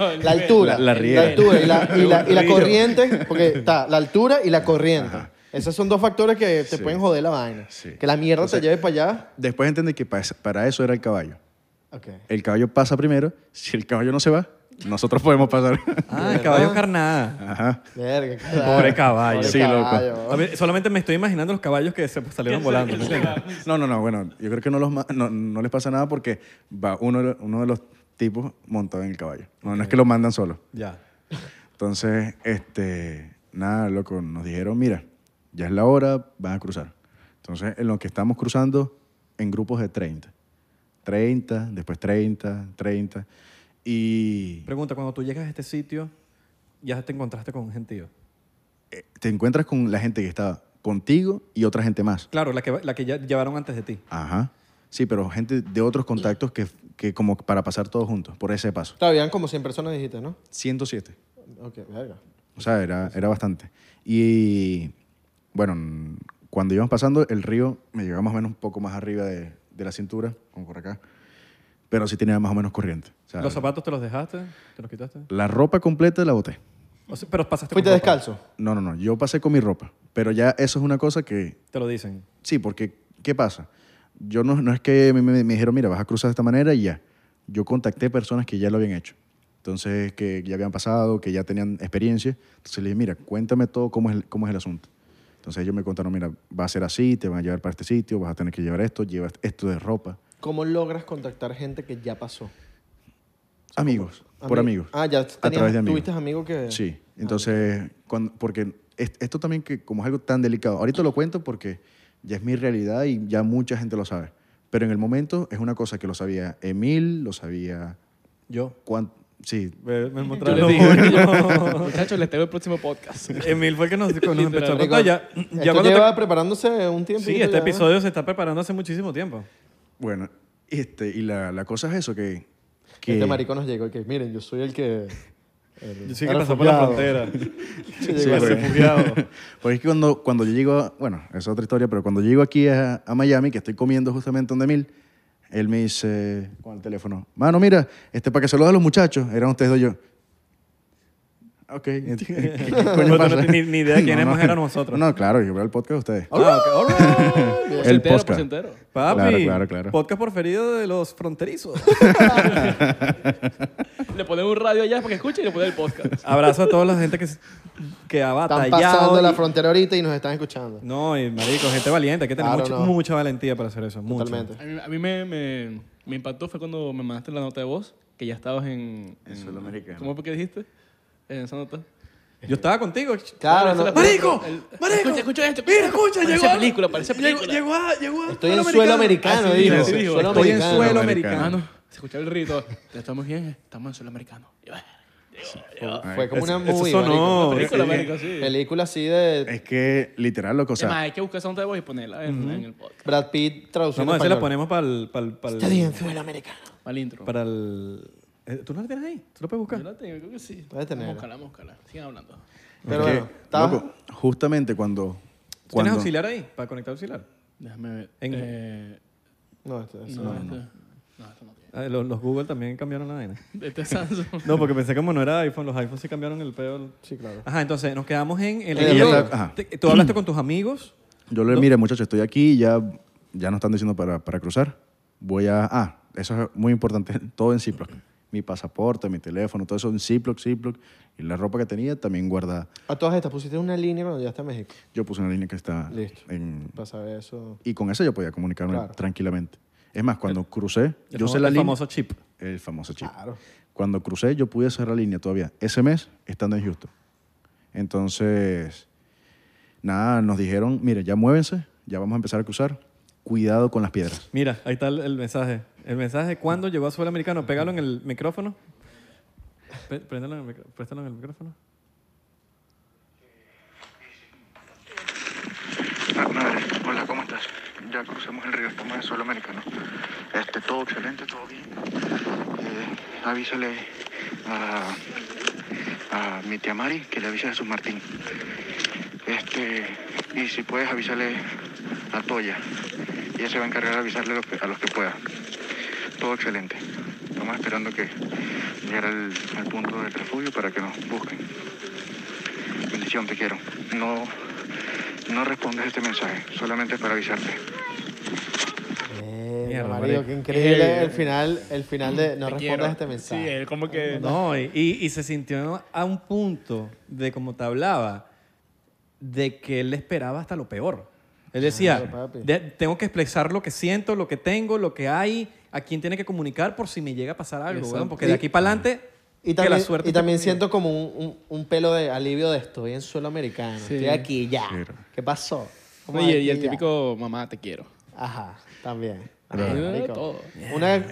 A: la- la
D: La
A: altura.
E: La- la riera.
A: altura y la, y la- y la corriente. Porque está la altura y la corriente. Esos son dos factores que te
E: Sí.
A: pueden joder la vaina.
E: Sí.
A: Que la mierda
E: Entonces-
A: te lleve para allá.
E: Después entendí que pa- para, eso era el caballo.
A: Ok.
E: El caballo pasa primero. Si el caballo no se va, nosotros podemos pasar.
C: Ah, el caballo carnada.
E: Ajá.
A: Verga, qué
C: Pobre caballo.
A: Pobre
E: Sí, loco.
A: caballo.
C: A ver, solamente me estoy imaginando los caballos que se salieron volando. ¿me entiendes?
E: No, no, no, bueno, yo creo que no, los ma- no, no les pasa nada porque va uno, de lo- uno de los tipos montado en el caballo. No, no es que lo mandan solo.
C: Ya.
E: Entonces, este, nada, loco, nos dijeron, mira, ya es la hora, van a cruzar. Entonces, en lo que estamos cruzando, en grupos de 30. 30, después 30, 30. Y
C: Pregunta, cuando tú llegas a este sitio, ya te encontraste con un gentío.
E: eh, te encuentras con la gente que estaba contigo y otra gente más.
C: Claro, la que, la que ya llevaron antes de ti.
E: Ajá. Sí, pero gente de otros contactos que, que como para pasar todos juntos, por ese paso.
A: Claro, habían como 100 personas, dijiste, ¿no?
E: 107.
A: Ok, verga.
E: O sea, era, era bastante. Y bueno, mm, cuando íbamos pasando, el río me llegaba más o menos un poco más arriba de, de la cintura, como por acá. Pero sí tenía más o menos corriente. O sea,
C: ¿Los zapatos te los dejaste? ¿Te los quitaste?
E: La ropa completa la boté.
C: O sea, pero pasaste
A: Fuiste
C: con ropa.
A: descalzo.
E: No, no, no. Yo pasé con mi ropa. Pero ya eso es una cosa que
C: Te lo dicen.
E: Sí, porque ¿qué pasa? Yo no, no es que me, me- me dijeron, mira, vas a cruzar de esta manera y ya. Yo contacté personas que ya lo habían hecho. Entonces, que ya habían pasado, que ya tenían experiencia. Entonces le dije, mira, cuéntame todo cómo es el, cómo es el asunto. Entonces ellos me contaron, mira, va a ser así, te van a llevar para este sitio, vas a tener que llevar esto, lleva esto de ropa.
A: ¿Cómo logras contactar gente que ya pasó?
E: Amigos, por amigos.
A: Ah, ya tenías,
E: a través de amigos.
A: tuviste amigos que...
E: Sí, entonces, cuando- porque es- esto también que como es algo tan delicado, ahorita lo cuento porque ya es mi realidad y ya mucha gente lo sabe, pero en el momento es una cosa que lo sabía Emil, lo sabía
C: Yo.
E: cuan- sí,
C: Me, me
D: Yo
C: mostraron
D: les
C: los
D: dije,
C: moños.
D: muchachos, les tengo el próximo podcast.
C: Emil fue el que nos, que nos
D: Literal.
C: empezó a
A: Marico,
C: contar. Ya, ya
A: Ah, Esto
C: cuando te-
A: lleva preparándose un tiempo.
C: Sí, este episodio se está preparando hace muchísimo tiempo.
E: bueno, este, y la, la cosa es eso, que... que
A: Este marico nos llegó y que, miren, yo soy el que...
C: Yo sí que pasó por la frontera.
A: Sí,
C: El
E: güey.
C: refugiado.
E: Porque es que cuando, cuando yo llego, a- bueno, es otra historia, pero cuando llego aquí a, a Miami, que estoy comiendo justamente donde mil, él me dice con el teléfono, mano, mira, este, para que saludos a los muchachos, eran ustedes dos yo. Ok. ¿qué- qué- qué coño
C: No, no
E: pasa?
C: tenía ni- ni idea quiénes más eran nosotros.
E: No, claro, yo veo el podcast de ustedes.
C: Ah, ok, all right.
E: el
D: Porcentero,
E: podcast.
D: porcentero.
C: Papi,
E: Claro, claro, claro.
C: podcast preferido de los fronterizos.
D: Le ponen un radio allá para que escuche y le ponen el podcast.
C: Abrazo a toda la gente que, s- que ha batallado.
A: Están pasando
C: y-
A: la frontera ahorita y nos están escuchando.
C: No, y marico, gente valiente. Hay que tener
A: Claro, no.
C: mucha, mucha valentía para hacer eso. mucha.
A: Totalmente.
D: A mí, a mí me, me, me impactó fue cuando me mandaste la nota de voz, que ya estabas en...
E: En Sudamericana.
D: ¿Cómo fue que dijiste? En esa nota.
C: Yo estaba contigo. ch-
A: Claro,
D: Esa
A: no.
D: es la-
C: ¡Marico!
D: el-
C: ¡Marico!
D: Escucha, escucha esto.
C: Mira, escucha,
D: parece
C: llegó. a-
D: película, parece película.
C: Llegó, llegó, a- llegó a
A: Estoy en suelo americano,
D: Así
A: dijo.
D: dijo, así dijo.
A: Suelo
C: Estoy en
A: americano.
C: suelo
E: Americano.
C: americano.
D: Mano, se escuchaba el rito. Estamos bien, estamos en sudamericano.
A: Fue como una
C: Eso
A: movie.
C: sonó.
A: marico.
D: Película,
E: sí.
D: marico, sí.
A: Película así de
E: Es que, literal, loco, o sea,
D: Además, hay que buscar esa nota de voz y ponerla en, en el podcast.
A: Brad Pitt traducido
C: Vamos a
A: en
C: ver si la
A: español.
C: ponemos para el... Para el, para el-
A: Estoy en suelo americano.
D: Mal intro.
C: para el- eh, ¿Tú no la tienes ahí? ¿Tú la puedes
D: Yo
C: buscar?
D: la tengo, creo que sí.
A: Voy a tenerla.
D: Búscala, búscala. Sigan hablando.
A: Pero
E: que,
A: bueno, estaba-
E: loco, justamente cuando...
C: ¿Tú
E: cuando
C: ¿Tienes auxiliar ahí? ¿Para conectar auxiliar?
D: Déjame ver.
C: En-
D: Eh,
A: No, esto- eso-
D: no, este- no, este no
C: Ah, los, los Google también cambiaron la vaina.
D: tiene. Este es Samsung.
C: No, porque pensé que como no era iPhone, los iPhones sí cambiaron el pedo.
A: Sí, claro.
C: Ajá, entonces nos quedamos en el...
A: En
E: el
C: Yo-
E: reloj, Eh, ajá.
C: te- Tú hablaste con tus amigos.
E: Yo le mire, muchachos, estoy aquí, ya, ya nos están diciendo para, para cruzar. Voy a... Ah, eso es muy importante, todo en Ziploc. Mi pasaporte, mi teléfono, todo eso en Ziploc, Ziploc. Y la ropa que tenía también guardada.
A: A todas estas pusiste una línea cuando ya está en México.
E: Yo puse una línea que está
A: Listo.
E: en...
A: Para saber eso.
E: Y con eso yo podía comunicarme
A: Claro.
E: tranquilamente. Es más, cuando crucé,
C: El
E: yo
C: famo-
E: sé la
C: el
E: línea...
C: famoso chip. Ah.
E: El famoso chip.
A: Claro.
E: Cuando crucé, yo pude hacer la línea todavía ese mes estando en Houston. Entonces, nada, nos dijeron, mire, ya muévense, ya vamos a empezar a cruzar. Cuidado con las piedras.
C: Mira, ahí está el, el mensaje. El mensaje, ¿cuándo llegó a suelo americano? Pégalo en el micrófono. Pe- préndelo en el micro- préstalo en el micrófono.
F: Ah, madre. Hola, ¿cómo estás? Ya cruzamos el río, estamos en suelo americano. Este, todo excelente, todo bien. Eh, avísale a, a mi tía Mari que le avise a Jesús Martín. Este, y si puedes, avísale a Toya. Ella se va a encargar de avisarle lo que- a los que pueda. Todo excelente. Estamos esperando que llegara al, al punto del refugio para que nos busquen. Bendición, te quiero. No, no respondes este mensaje, solamente para avisarte.
A: Mierda,
C: Mierda,
A: marico,
C: marico.
A: qué increíble
D: Eh,
A: el final, el final de no
D: Te
A: respondas
D: quiero.
A: a este mensaje.
D: Sí, él como que...
C: No, y, y- y se sintió a un punto de como te hablaba, de que él esperaba hasta lo peor. Él decía,
A: Claro, papi.
C: "De- tengo que expresar lo que siento, lo que tengo, lo que hay, a quién tiene que comunicar por si me llega a pasar algo,
D: Exacto.
C: weón, porque de aquí para adelante,
A: Y
C: que la
A: también,
C: suerte
A: y
C: esté
A: también
C: conmigo".
A: siento como un, un- un pelo de alivio de estoy en suelo americano.
D: Sí.
A: Estoy aquí ya.
E: Claro.
A: ¿Qué pasó?
D: No,
A: Vamos
D: y,
A: aquí
D: y el
A: ya.
D: típico mamá, te quiero.
A: Ajá, también.
E: Claro.
A: Ajá,
D: Eh,
A: marico.
D: todo.
A: Una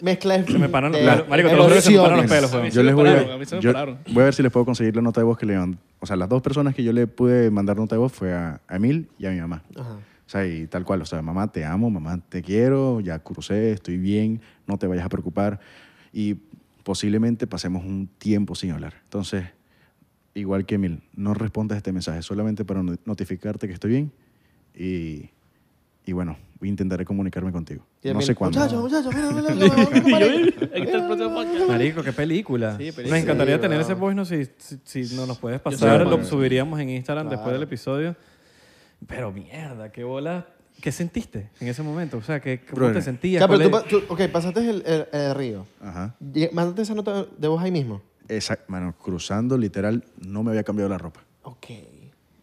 A: mezcla de.
C: Se me paran-
A: de
C: claro, marico, te lo juro que se me paran los
A: emociones.
C: pelos, weón.
D: A mí se
E: Yo
D: me
E: les voy
D: pararon, a
E: a,
D: mí se me
E: Pues, yo-
D: pararon.
E: voy a ver si les puedo conseguir la nota de voz que le mandé. O sea, las dos personas que yo le pude mandar nota de voz fue a, a Emil y a mi mamá.
A: Ajá.
E: O sea, y tal cual. O sea, mamá, te amo, mamá, te quiero, ya crucé, estoy bien, no te vayas a preocupar. Y posiblemente pasemos un tiempo sin hablar. Entonces, igual que Emil, no respondas este mensaje, solamente para no- notificarte que estoy bien y, y bueno, intentaré comunicarme contigo.
A: Y el
E: no
A: mil-
E: sé cuándo.
A: Muchachos, muchachos, mira, mira, mira, mira, mira, mira.
C: Este
D: Aquí está el próximo podcast.
C: Marico, qué película.
D: Sí, película.
C: Nos encantaría
A: Sí,
C: tener
A: weón.
C: ese voice note, si, si, si nos los puedes
D: soy
C: pasar, lo
D: fan.
C: subiríamos en Instagram después
A: Claro.
C: del episodio. Pero mierda, qué bola. ¿Qué sentiste en ese momento? O sea, ¿qué, ¿cómo
E: Brother.
C: te sentías?
A: Ya, pero tú,
C: ¿Cuál
A: pa- tú- ok, pasaste el, el- el río.
E: Ajá.
A: Lle- Mándate esa nota de voz ahí mismo.
E: Esa, mano, cruzando, literal, no me había cambiado la ropa.
A: Ok.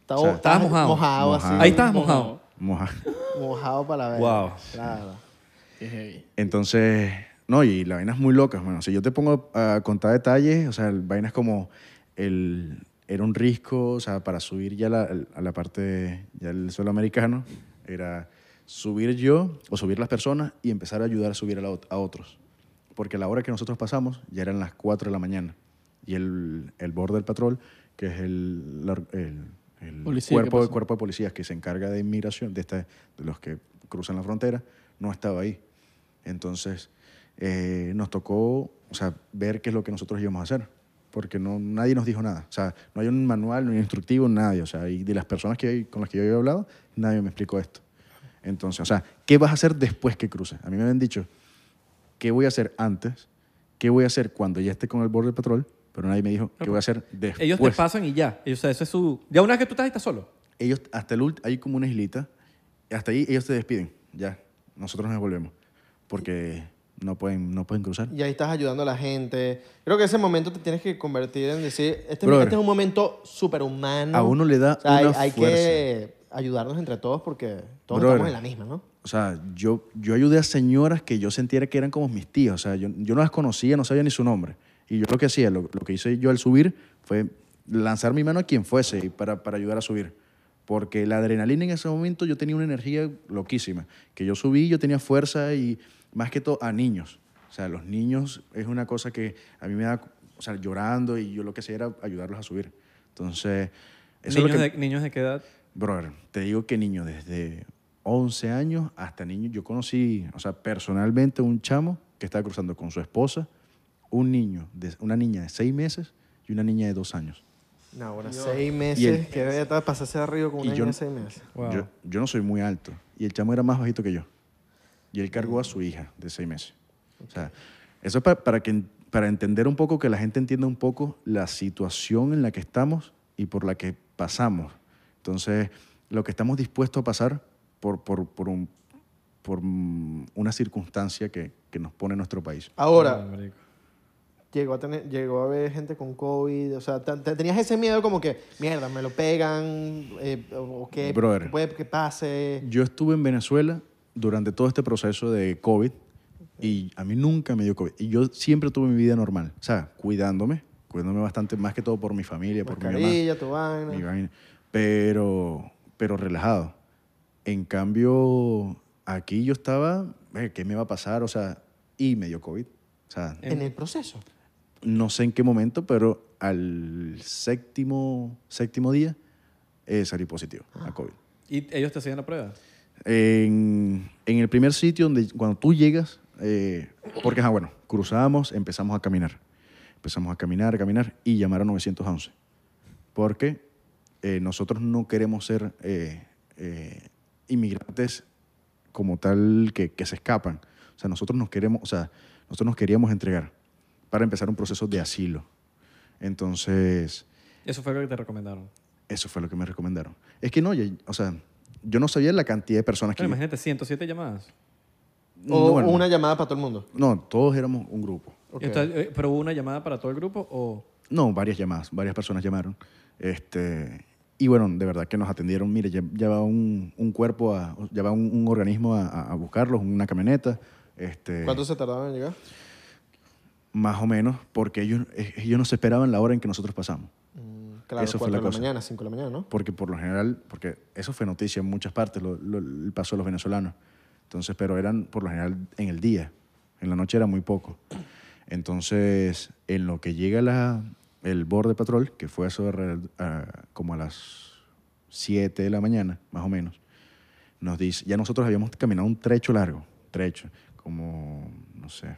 A: Está-
E: sea,
A: estaba
C: estaba mojado.
A: Mojado, así.
E: Mojado.
C: es? Ahí estabas mojado.
E: Moja.
A: Mojado para ver.
C: Wow.
A: Claro.
D: Qué heavy.
E: Entonces, no, y la vaina es muy loca, mano. Si yo te pongo a contar detalles, o sea, el vaina es como el era un risco, o sea, para subir ya la- el- a la parte de- ya del suelo americano, era subir yo o subir las personas y empezar a ayudar a subir a, la ot- a otros. Porque la hora que nosotros pasamos ya eran las 4 de la mañana y el, el board del patrol, que es el, la or- el- el
D: Policía que
E: cuerpo, el
D: pasa.
E: cuerpo de policías que se encarga de inmigración, de, esta, de los que cruzan la frontera, no estaba ahí. Entonces, eh, nos tocó o sea, ver qué es lo que nosotros íbamos a hacer. porque no, nadie nos dijo nada. O sea, no hay un manual, no hay un instructivo, nadie. O sea, y de las personas que, con las que yo había hablado, nadie me explicó esto. Entonces, o sea, ¿qué vas a hacer después que cruces? A mí me habían dicho, ¿qué voy a hacer antes? ¿Qué voy a hacer cuando ya esté con el borde del petrol? Pero nadie me dijo, ¿qué voy a hacer después?
C: Ellos te pasan y ya. O sea, eso es su... Ya una vez que tú estás ahí, estás solo.
E: ellos hasta el último, hay como una islita, y hasta ahí ellos te despiden, ya. Nosotros nos volvemos, porque no pueden, no pueden cruzar.
A: Y ahí estás ayudando a la gente. Creo que ese momento te tienes que convertir en decir, este,
E: Brother.
A: este es un momento superhumano.
E: A uno le da
A: O sea, hay,
E: una
A: hay que ayudarnos entre todos porque todos
E: Brother.
A: estamos en la misma, ¿no?
E: O sea, yo, yo ayudé a señoras que yo sentía que eran como mis tías. O sea, yo, yo no las conocía, no sabía ni su nombre. Y yo lo que hacía, lo, lo que hice yo al subir fue lanzar mi mano a quien fuese y para, para ayudar a subir. Porque la adrenalina en ese momento yo tenía una energía loquísima. Que yo subí, yo tenía fuerza y más que todo a niños. O sea, los niños es una cosa que a mí me da, o sea, llorando y yo lo que hacía era ayudarlos a subir. Entonces, eso es lo
C: niños,
E: que...
C: de, niños de qué edad.
E: Brother, te digo que niño, desde 11 años hasta niño, yo conocí, o sea, personalmente un chamo que estaba cruzando con su esposa, un niño, de, una niña de 6 meses y una niña de 2 años.
A: No, ahora seis
E: Y
A: meses,
E: el-
A: que debe estar pasarse de arriba con un
E: Y yo-
A: año de seis meses.
C: Wow.
E: Yo, yo no soy muy alto y el chamo era más bajito que yo. Y él cargó a su hija de 6 meses. O sea, eso es pa- para, que, para entender un poco, que la gente entienda un poco la situación en la que estamos y por la que pasamos. Entonces, lo que estamos dispuestos a pasar por, por, por un, por mm, una circunstancia que, que nos pone nuestro país.
A: Ahora,
C: Ay, marico.
A: llegó a, tener, llegó a ver gente con COVID, o sea, te- te- tenías ese miedo como que, mierda, me lo pegan, eh, o o qué
E: Brother.
A: puede que pase.
E: Yo estuve en Venezuela durante todo este proceso de COVID y a mí nunca me dio COVID. Y yo siempre tuve mi vida normal, o sea, cuidándome, cuidándome bastante, más que todo por mi familia, por mi mamá.
A: Mascarilla, tu vaina.
E: mi vaina. Pero, pero relajado. En cambio, aquí yo estaba, "Eh, ¿qué me va a pasar? O sea, y me dio COVID. O sea,
A: En el proceso.
E: no sé en qué momento, pero al séptimo, séptimo día eh, salí positivo a COVID.
C: ¿Y ellos te hacían la prueba?
E: En, en el primer sitio donde cuando tú llegas, eh, porque, ajá, bueno, cruzamos, empezamos a caminar. Empezamos a caminar, a caminar y llamar a 911. Porque eh, nosotros no queremos ser eh, eh, inmigrantes como tal que, que se escapan. O sea, nosotros nos queremos, o sea, nosotros nos queríamos entregar para empezar un proceso de asilo. Entonces,
C: Eso fue lo que te recomendaron.
E: eso fue lo que me recomendaron. Es que no, yo- o sea, yo no sabía la cantidad de personas que...
C: Pero imagínate, 107 llamadas.
A: O
E: Mm, No, bueno,
A: una llamada para todo el mundo.
E: No, todos éramos un grupo.
A: Ok.
C: Entonces, eh, ¿Pero hubo una llamada para todo el grupo o...?
E: No, varias llamadas, varias personas llamaron. Este, y bueno, de verdad que nos atendieron. Mire, ya, ya va un, un cuerpo, a, ya va un, un organismo a, a- a buscarlos, una camioneta. Este,
A: ¿Cuánto se tardaban en llegar?
E: Más o menos, porque ellos, eh, ellos no se esperaban la hora en que nosotros pasamos.
A: Mm, Claro,
E: Eso fue
A: cuatro
E: la
A: de la
E: cosa.
A: mañana, 5 de la mañana, ¿no?
E: Porque por lo general, porque eso fue noticia en muchas partes, lo- lo- el paso de los venezolanos. Entonces, pero eran por lo general en el día. En la noche era muy poco. Entonces, en lo que llega la, el borde patrol, que fue eso alrededor- a- como a las 7 de la mañana, más o menos, nos dice, ya nosotros habíamos caminado un trecho largo, trecho, como, no sé,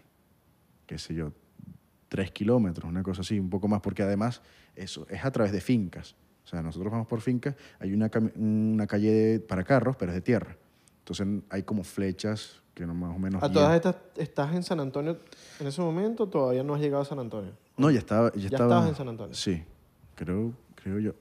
E: qué sé yo, tres kilómetros, una cosa así, un poco más, porque además eso es a través de fincas. O sea, nosotros vamos por fincas, hay una, cami- una calle de- para carros, pero es de tierra. Entonces hay como flechas que no más o menos...
A: A
E: guían.
A: todas estas, ¿estás en San Antonio en ese momento? ¿Todavía no has llegado a San Antonio?
E: No, ya estaba... Ya, estaba,
A: estabas en San Antonio.
E: Sí, creo, creo yo.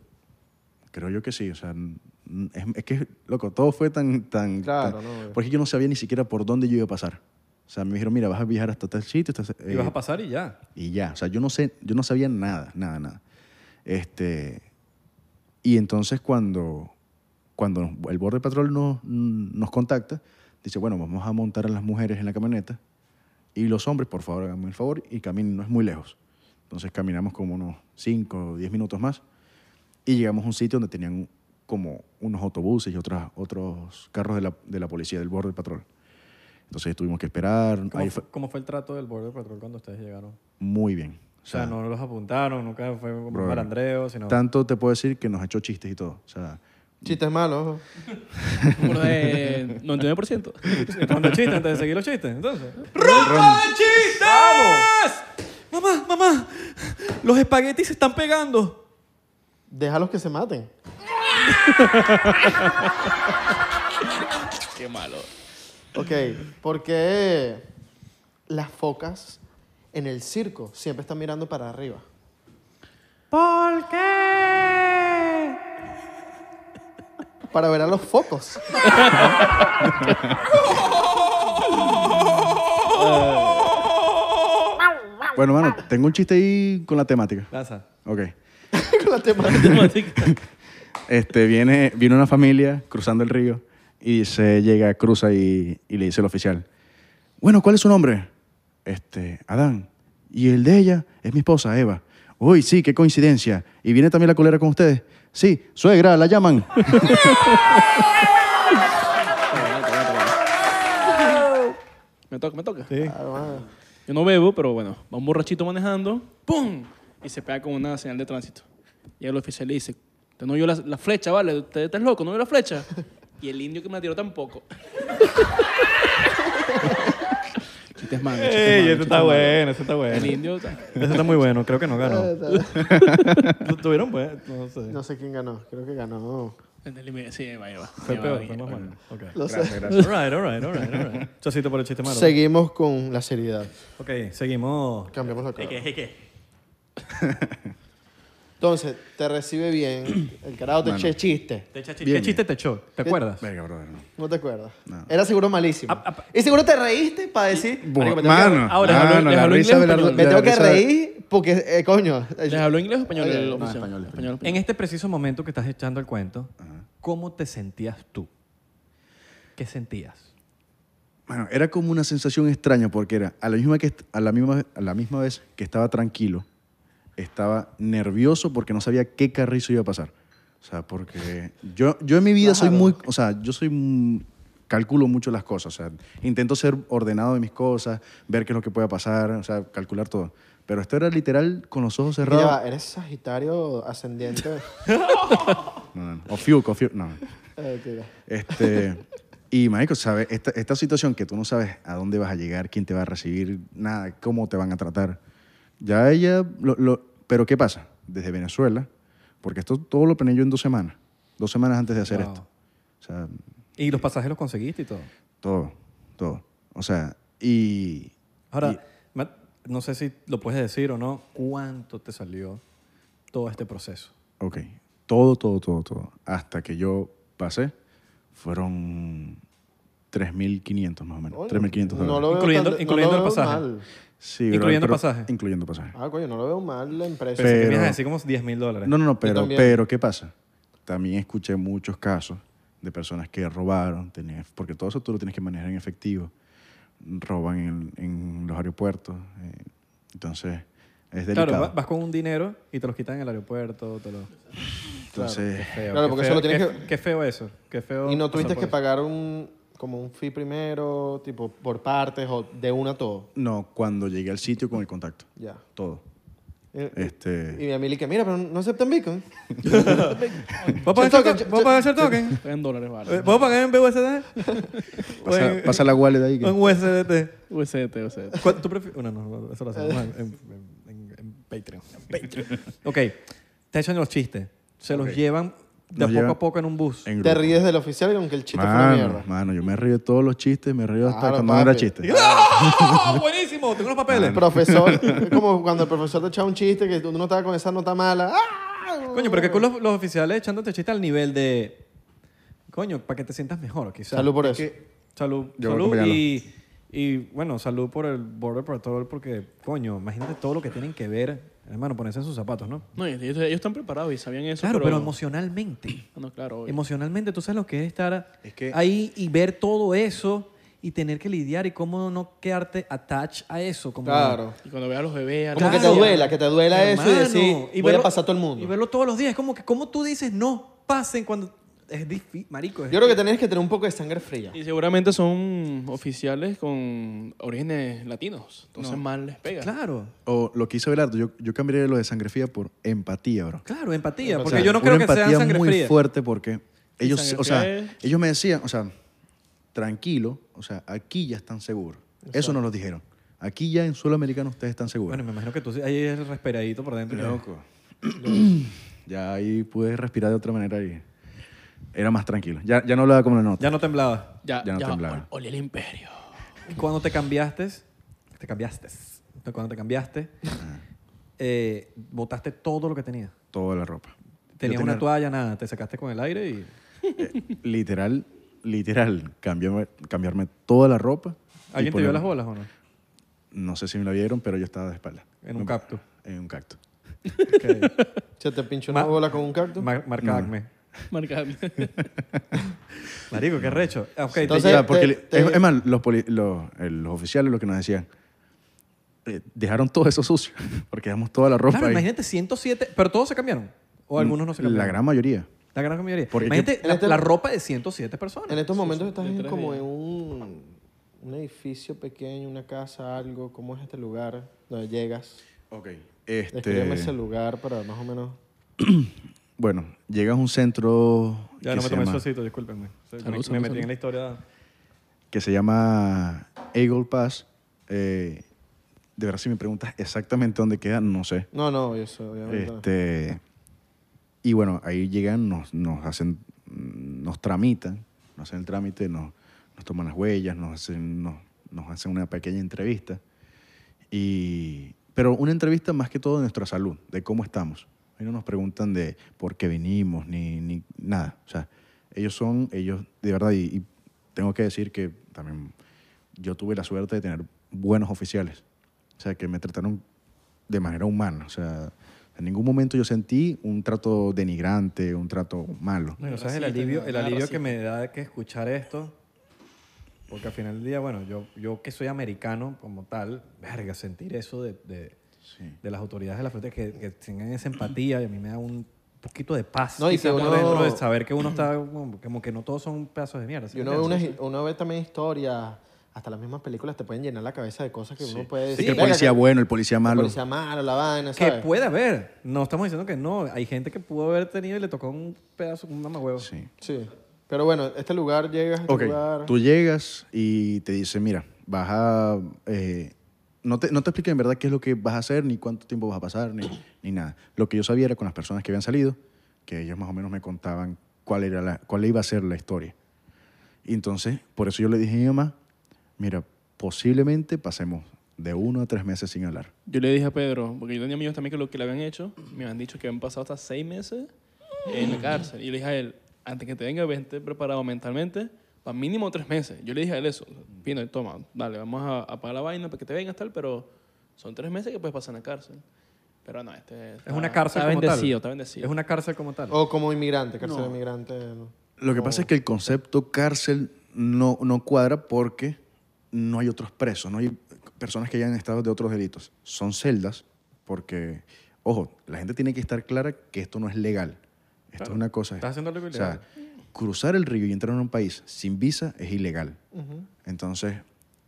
E: Creo yo que sí, o sea, n- n- es, es que, loco, todo fue tan... tan
A: Claro,
E: tan-
A: no, eh. obvio.
E: Porque yo no sabía ni siquiera por dónde yo iba a pasar. O sea, me dijeron, mira, vas a viajar hasta tal sitio, hasta,
C: y vas
E: eh,
C: a pasar y ya.
E: y ya. O sea, yo no sé, yo no sabía nada, nada, nada. Este, y entonces cuando, cuando el borde patrol nos, nos contacta, dice, bueno, vamos a montar a las mujeres en la camioneta y los hombres, por favor, háganme el favor y caminen, no es muy lejos. Entonces caminamos como unos 5 o 10 minutos más y llegamos a un sitio donde tenían como unos autobuses y otras, otros carros de la, de la policía, del borde patrol. Entonces tuvimos que esperar.
C: ¿Cómo,
E: Ahí
C: fue,
E: fue-
C: cómo fue el trato del Border Patrol cuando ustedes llegaron?
E: muy bien.
C: O sea, no los apuntaron, nunca fue un
E: Brother.
C: malandreo, sino...
E: Tanto te puedo decir que nos echó chistes y todo. O sea,
A: Chistes malos.
D: Como lo de 99%.
C: Cuando chistes, antes de seguir los chistes, entonces.
E: Ron-
C: ¡Chistes! Mamá, mamá, los espaguetis se están pegando.
A: Déjalos que se maten.
D: Qué malo.
A: Ok, ¿por qué las focas en el circo siempre están mirando para arriba?
B: ¿Por qué?
A: Para ver a los focos.
E: Bueno, mano, tengo un chiste ahí con la temática.
C: Lanza.
E: Ok.
A: Con la temática.
E: Este, viene, viene una familia cruzando el río y se llega, cruza y, y le dice el oficial, bueno, ¿cuál es su nombre? Este, Adán. Y el de ella es mi esposa, Eva. Uy, sí, qué coincidencia. ¿Y viene también la colera con ustedes? Sí, suegra, la llaman.
D: Me toca, me toca.
A: Ah, bueno.
D: Yo no bebo, pero bueno, va un borrachito manejando, ¡pum! Y se pega con una señal de tránsito. Y el oficial le dice, usted no vio la, la flecha, ¿vale? Usted está loco, no vio la flecha. Y el indio que me la tiró tampoco. chistes malos, chistes
C: Ey, este
D: malos, chistes
C: está
D: malos.
C: bueno, este está bueno.
D: El indio, está-
C: Este está muy bueno, creo que no ganó. Tuvieron pues, no sé.
A: No sé quién ganó. Creo que ganó.
D: Sí, va, ahí va.
C: Fue
D: Ahí va,
C: peor,
D: ahí
C: fue
D: va.
C: más malo. Ok.
A: Lo sé.
C: All right, all right, all right, all right. Chocito por el chiste malo.
A: Seguimos con la seriedad.
C: Ok, seguimos.
A: Cambiamos la cara. Entonces, te recibe bien. El carajo te eché chiste.
C: Te echa chiste.
E: Bien.
C: ¿Qué chiste te echó? ¿Te acuerdas?
E: Verga, brother, no.
A: No te acuerdas.
E: No.
A: Era seguro malísimo.
C: Ah,
A: Y seguro te reíste para decir. "Marico, me tengo que-
E: Mano,
D: ahora, les hablo-
E: mano,
D: les
E: la
D: hablo
E: risa
D: inglés,
E: de la-
D: español.
A: Me
E: la
A: tengo que
E: risa de-
A: reíl porque, eh, coño.
D: ¿Les habló inglés o español? el
A: no,
D: oficial?
E: español, español.
C: En este preciso momento que estás echando el cuento, ¿cómo te sentías tú? ¿Qué sentías?
E: Mano, era como una sensación extraña porque era a la misma, que, est- a la misma, a la misma vez que estaba tranquilo, estaba nervioso porque no sabía qué carrizo iba a pasar. O sea, porque yo, yo en mi vida soy muy, o sea, yo soy, un- calculo mucho las cosas. O sea, intento ser ordenado de mis cosas, ver qué es lo que pueda pasar, o sea, calcular todo. Pero esto era literal con los ojos
A: Ya va,
E: cerrados.
A: eres Sagitario ascendiente.
E: No, no, no. O Fiuk, o Fiuk, no. no.
A: Eh, tira.
E: Este, y, marico, ¿sabes? Esta, esta situación que tú no sabes a dónde vas a llegar, quién te va a recibir, nada, cómo te van a tratar. Ya ella... lo- lo- pero, ¿qué pasa? Desde Venezuela, porque esto todo lo planeé yo en dos semanas. Dos semanas antes de hacer
C: Wow.
E: esto. O sea,
C: Y los pasajes los conseguiste y todo.
E: todo, todo. O sea, y...
C: Ahora,
E: y-
C: Matt, no sé si lo puedes decir o no, ¿cuánto te salió todo este proceso?
E: ok. Todo, todo, todo, todo. Hasta que yo pasé, fueron 3.500 más o menos. 3.500 dólares.
A: No lo veo
C: Incluyendo-
A: tan- no
C: incluyendo
A: lo
C: el
A: veo
C: pasaje.
A: mal.
E: Sí, brother,
C: Incluyendo
E: pero-
C: pasaje.
E: Incluyendo pasaje.
A: Ah, coño, no lo veo mal la empresa.
C: Pensé que me
E: Pero-
C: ibas a decir como 10 mil dólares.
E: No, no, no, pero,
A: también.
E: pero ¿qué pasa? También escuché muchos casos de personas que robaron, tenían- porque todo eso tú lo tienes que manejar en efectivo, roban en, en los aeropuertos, eh, entonces es delicado.
C: Claro, va- vas con un dinero y te los quitan en el aeropuerto, te lo...
E: entonces,
C: Feo,
A: Claro,
C: qué
A: porque
C: feo,
A: eso lo tienes
C: qué-
A: que-
C: Qué feo eso, qué feo.
A: Y no
C: pasar
A: tuviste
C: por
A: que
C: eso.
A: pagar un como un fee primero, tipo por partes o de una todo.
E: no, cuando llegué al sitio con el contacto,
A: Ya. Eh,
E: todo.
A: Y-
E: Este,
A: Y mi amiga que mira, pero no aceptan Bitcoin.
C: ¿Puedo
A: Share
C: pagar
A: token,
C: share- ¿Puedo pagar share token?
D: Está En dólares, vale.
C: Eh, ¿Puedo pagar en BUSD? ¿O
E: pasa,
C: en,
E: pasa la wallet ahí. que-
C: o en USDT?
D: UST, UST.
C: ¿Cuál- ¿Tú prefieres? No, no, eso lo hacemos en, en- en- en Patreon. ok, te echan los chistes. Se los llevan de
E: Nos
C: poco
E: llevan
C: a poco en un bus.
E: en
A: Te
E: grupo.
A: ríes del oficial y aunque el chiste fue una
E: Mano,
A: mierda.
E: mano, yo me río de todos los chistes, me río hasta
A: Claro,
E: cuando no era
A: papi.
E: chiste.
C: ¡Ah, buenísimo! Tengo los papeles.
A: El profesor, es como cuando el profesor te echa un chiste que tú no estaba con esa nota mala. ¡Ah!
C: Coño, pero qué cool los, los oficiales echándote chistes al nivel de... Coño, para que te sientas mejor, quizás.
A: Salud por eso.
C: Salud,
E: Yo voy a
C: salud
E: acompañarlo.
C: y, y, bueno, salud por el Border Patrol porque, coño, imagínate todo lo que tienen que ver, hermano, ponerse en sus zapatos, ¿no?
D: No, ellos, ellos están preparados y sabían eso. Ah,
C: Claro, pero emocionalmente.
D: No, claro. obvio.
C: Emocionalmente, tú sabes lo que es estar
E: Es que-
C: ahí y ver todo eso y tener que lidiar y cómo no quedarte attached a eso. Como,
A: Claro.
D: Y cuando veas a los bebés... a
A: Como
D: los-
A: que te duela, que te duela eso y
C: Hermano,
A: decir, voy
C: verlo-
A: a pasar a todo el mundo.
C: Y verlo todos los días. Es como que, ¿cómo tú dices no pasen cuando es difícil? Marico, es-
A: Yo creo que tenías que tener un poco de sangre fría.
D: Y seguramente son oficiales con orígenes latinos. Entonces mal les pega.
C: Claro,
E: O lo que hizo Belardo, yo, yo cambiaría lo de sangre fría por empatía, bro.
C: claro, empatía. Porque
E: O sea,
C: yo no creo
E: una
C: que sean
E: empatía
C: sangre
E: muy
C: fría.
E: fuerte porque ellos,
D: sangre
E: o sea,
D: fría es-
E: ellos me decían, o sea, tranquilo, o sea, aquí ya están seguros. Eso nos lo dijeron. Aquí ya en suelo americano ustedes están seguros.
C: Bueno, me imagino que tú sí- ahí es el respiradito por dentro.
E: Loco. ya ahí pude respirar de otra manera y era más tranquilo. Ya, ya no hablaba como la nota.
C: Ya no temblaba.
D: Ya,
E: Ya
D: ya,
E: no temblaba.
D: ol- olía el imperio.
C: Y Cuando te cambiaste, te cambiaste, cuando te cambiaste, eh, botaste todo lo que tenías.
E: Toda la ropa. Yo
C: Tenías
E: tenía-
C: una toalla, nada, te sacaste con el aire y...
E: Literal, literal, cambiarme, cambiarme toda la ropa. y
C: ¿Alguien te
E: poner-
C: vio las bolas o no?
E: No sé si me la vieron, pero yo estaba de espalda.
C: En un cactus.
E: En un cactus.
A: Se te pinchó una
C: Ma-
A: bola con un cactus.
C: Mar- marca acme.
D: Marca.
C: Marico, qué recho. Ah, ok, te
E: O
A: Entonces-
C: lleva-
E: sea, porque
A: te-
E: li-
A: te-
E: es, es más, los, poli- los, eh, los oficiales lo que nos decían, eh, dejaron todo eso sucio, porque dejamos toda la ropa
C: claro,
E: ahí.
C: imagínate 107, pero todos se cambiaron. O algunos no se cambiaron.
E: La gran mayoría.
C: Mm, La gran mayoría.
E: Porque
C: imagínate
A: que-
C: la,
A: en este-
C: la ropa de 107 personas.
A: En estos momentos estás en
D: tres
A: como
D: días.
A: en un, un edificio pequeño, una casa, algo. ¿Cómo es este lugar donde llegas?
E: Ok.
A: Descríbeme ese
E: Este,
A: lugar para más o menos...
E: bueno, llegas a un centro
C: Ya
E: que,
C: no me
E: se
C: tomé el
E: llama,
C: socito, discúlpenme. Me-
D: Salud,
C: me
D: salud,
C: metí
D: salud.
C: en la historia.
E: que se llama Eagle Pass. eh, de verdad, si me preguntas exactamente dónde queda, no sé.
A: No, no, yo soy... obviamente no.
E: Este, y bueno, ahí llegan, nos, nos hacen, nos tramitan, nos hacen el trámite, nos, nos toman las huellas, nos hacen, nos, nos hacen una pequeña entrevista. Y, pero una entrevista más que todo de nuestra salud, de cómo estamos. Ahí no nos preguntan de por qué vinimos, ni, ni nada. O sea, ellos son, ellos, de verdad, y, y tengo que decir que también yo tuve la suerte de tener buenos oficiales. O sea, que me trataron de manera humana. O sea, en ningún momento yo sentí un trato denigrante, un trato malo.
C: No, y no sabes el
D: Racista,
C: alivio,
D: nada,
C: el
D: nada
C: alivio que
D: racista.
C: me da que escuchar esto. Porque al final del día, bueno, yo, yo que soy americano como tal, verga, sentir eso de, de, de las autoridades de la frontera que, que tengan esa empatía y a mí me da un poquito de paz.
A: No, y
C: quizá
A: que
C: por
A: uno-
C: dentro de saber que uno está como, como que no todos son pedazos de
E: Este,
C: mierda. ¿sí
A: Y uno
C: me
A: ve,
C: entiendes?
A: unas- uno ve también historias, hasta las mismas películas te pueden llenar la cabeza de cosas que uno puede
E: Sí,
A: decir.
E: que el
A: "Verga,
E: policía
A: que-
E: bueno, el policía
A: que el
E: malo.
A: policía malo, la vaina,
C: Que
A: ¿sabes?
C: puede haber. No estamos diciendo que no. Hay gente que pudo haber tenido y le tocó un pedazo, un mamahuevo.
E: Sí.
A: Sí. Pero bueno, este lugar llegas a este
E: Ok,
A: lugar.
E: tú llegas y te dicen, mira, vas a... eh, no, te, no te explica en verdad qué es lo que vas a hacer, ni cuánto tiempo vas a pasar, ni, ni nada. Lo que yo sabía era con las personas que habían salido, que ellos más o menos me contaban cuál, era la, cuál iba a ser la historia. Y entonces, por eso yo le dije a mi mamá, mira, posiblemente pasemos de uno a tres meses sin hablar.
D: Yo le dije a Pedro, porque yo tenía amigos también que lo que le habían hecho, me han dicho que han pasado hasta seis meses en la cárcel. Y yo le dije a él, antes que te venga, vente preparado mentalmente para mínimo tres meses. Yo le dije a él eso, Pino, toma, dale, vamos a, a pagar la vaina para que te vengas tal, pero son tres meses que puedes pasar en la cárcel. Pero no, este...
C: Es una cárcel
D: Está
C: como tal.
D: bendecido, está bendecido.
C: Es una cárcel como tal.
A: O como inmigrante, cárcel de inmigrante. ¿no?
E: Lo que pasa es que el concepto cárcel no, no cuadra porque no hay otros presos, no hay personas que hayan estado de otros delitos. Son celdas porque, ojo, la gente tiene que estar clara que esto no es legal. Esto es una cosa...
C: Estás haciendo algo
E: o sea,
C: ilegal.
E: cruzar el río y entrar a un país sin visa es ilegal. Entonces,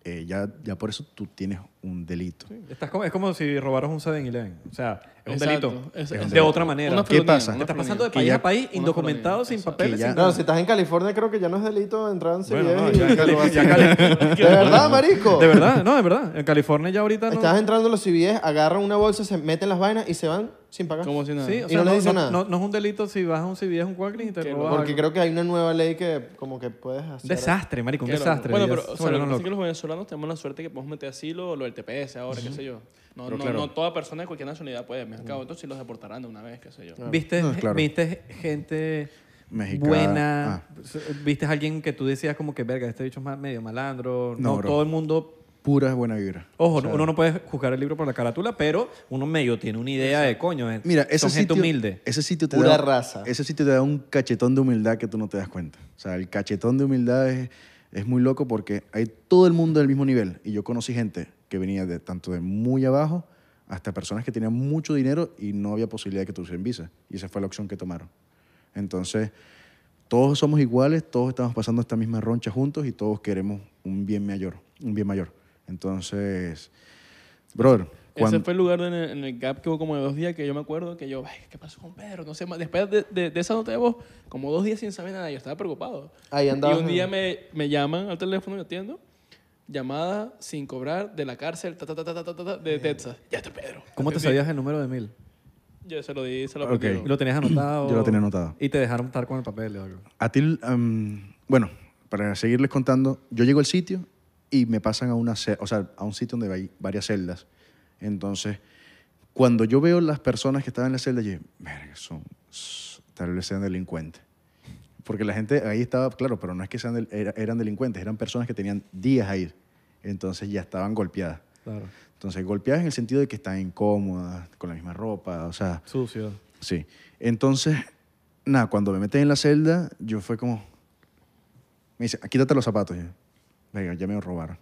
E: eh, ya, ya por eso tú tienes un delito.
C: Estás como- es como si robaros un 7-Eleven. O sea, es un
D: Exacto.
C: delito.
D: Es-
C: de
D: es-
C: otra manera.
D: Una
E: ¿Qué
D: felonía,
E: pasa?
D: una
E: Te
C: Estás
D: felonía.
C: pasando de
E: Que
C: país
E: ya-
C: a país,
D: una
C: indocumentado,
D: colonia,
C: sin
D: exacto.
C: papeles.
E: Que ya-
C: sin
A: No,
C: nada.
A: si estás en California creo que ya no es delito entrar en
C: Bueno,
A: CBS
C: no,
A: y
C: ya en Cali- ya en
A: robar-
C: Cali-
A: De verdad, marico.
C: De verdad, no, de verdad. En California ya ahorita no.
A: Estás entrando a los CBS, agarran una bolsa, se meten las vainas y se van sin pagar.
D: Como si nada.
C: Sí, o
A: Y
C: sea,
A: no le
C: no,
A: dice
C: no-
A: nada.
C: no- no es un delito si vas a un CVS, un Walgreens y te
D: Qué
C: robas.
D: loco.
A: Porque
C: algo.
A: creo que hay una nueva ley que como que puedes
C: Un
A: hacer.
C: desastre, marico, un
D: Qué loco.
C: desastre.
D: Bueno,
C: Ya
D: pero
C: se
D: o sea, lo que
C: volvieron
D: pasa es que
C: locos.
D: los venezolanos tenemos la suerte que podemos meter asilo, lo del TPS ahora, qué sé yo. No,
E: Pero
D: no,
E: claro.
D: no toda persona de cualquier nacionalidad puede, me acabo. Entonces sí los deportarán de una vez, qué sé yo.
C: ¿Viste,
E: No, claro.
C: viste gente
E: Mexicana,
C: buena?
E: ah.
C: ¿Viste a alguien que tú decías como que, verga, este bicho es ma- medio malandro?
E: No,
C: No,
E: bro.
C: todo el mundo...
E: Pura buena vibra.
C: Ojo, uno no puede juzgar el libro por la carátula, pero uno medio tiene una idea de coño. eh,
E: Mira, ese
C: son gente
E: sitio,
C: humilde.
E: Ese sitio te
A: Pura
E: da,
A: raza.
E: Ese sitio te da un cachetón de humildad que tú no te das cuenta. O sea, el cachetón de humildad es, es muy loco porque hay todo el mundo del mismo nivel. Y yo conocí gente que venía de tanto de muy abajo hasta personas que tenían mucho dinero y no había posibilidad de que tuviesen visa. Y esa fue la opción que tomaron. Entonces, todos somos iguales, todos estamos pasando esta misma roncha juntos y todos queremos un bien mayor. Un bien mayor. Entonces, brother, cuando-
D: Ese fue el lugar en el, en el gap que hubo como de dos días que yo me acuerdo que yo, "Ay, ¿qué pasó con Pedro? No sé, más. después de, de- de esa nota de voz, como dos días sin saber nada, yo estaba preocupado.
A: Ahí andabas
D: Y un día
A: en-
D: me, me llaman al teléfono, yo atiendo, llamada sin cobrar de la cárcel ta, ta, ta, ta, ta, ta, ta, de Texas. Ya está Pedro.
C: ¿Cómo te sabías el número de mil?
D: Yo se lo di, se lo
E: Ok.
D: aprendí.
C: ¿Lo tenías anotado?
E: Yo lo tenía anotado.
C: Y te dejaron estar con el papel o algo.
E: A ti, em, bueno, para seguirles contando, yo llego al sitio y me pasan a, una, ce- o sea, a un sitio donde hay varias celdas. Entonces, cuando yo veo las personas que estaban en la celda, yo dije, "Verga, son, s- tal vez sean delincuentes. Porque la gente ahí estaba, claro, pero no es que sean del- era- eran delincuentes, eran personas que tenían días ahí. Entonces ya estaban golpeadas.
C: Claro.
E: Entonces, golpeadas en el sentido de que están incómodas, con la misma ropa, o sea,
C: Sucio.
E: Sí. Entonces, nada, cuando me meten en la celda, yo fue como. Me dice, "Ah, quítate los zapatos. Yo, Venga, ya me robaron.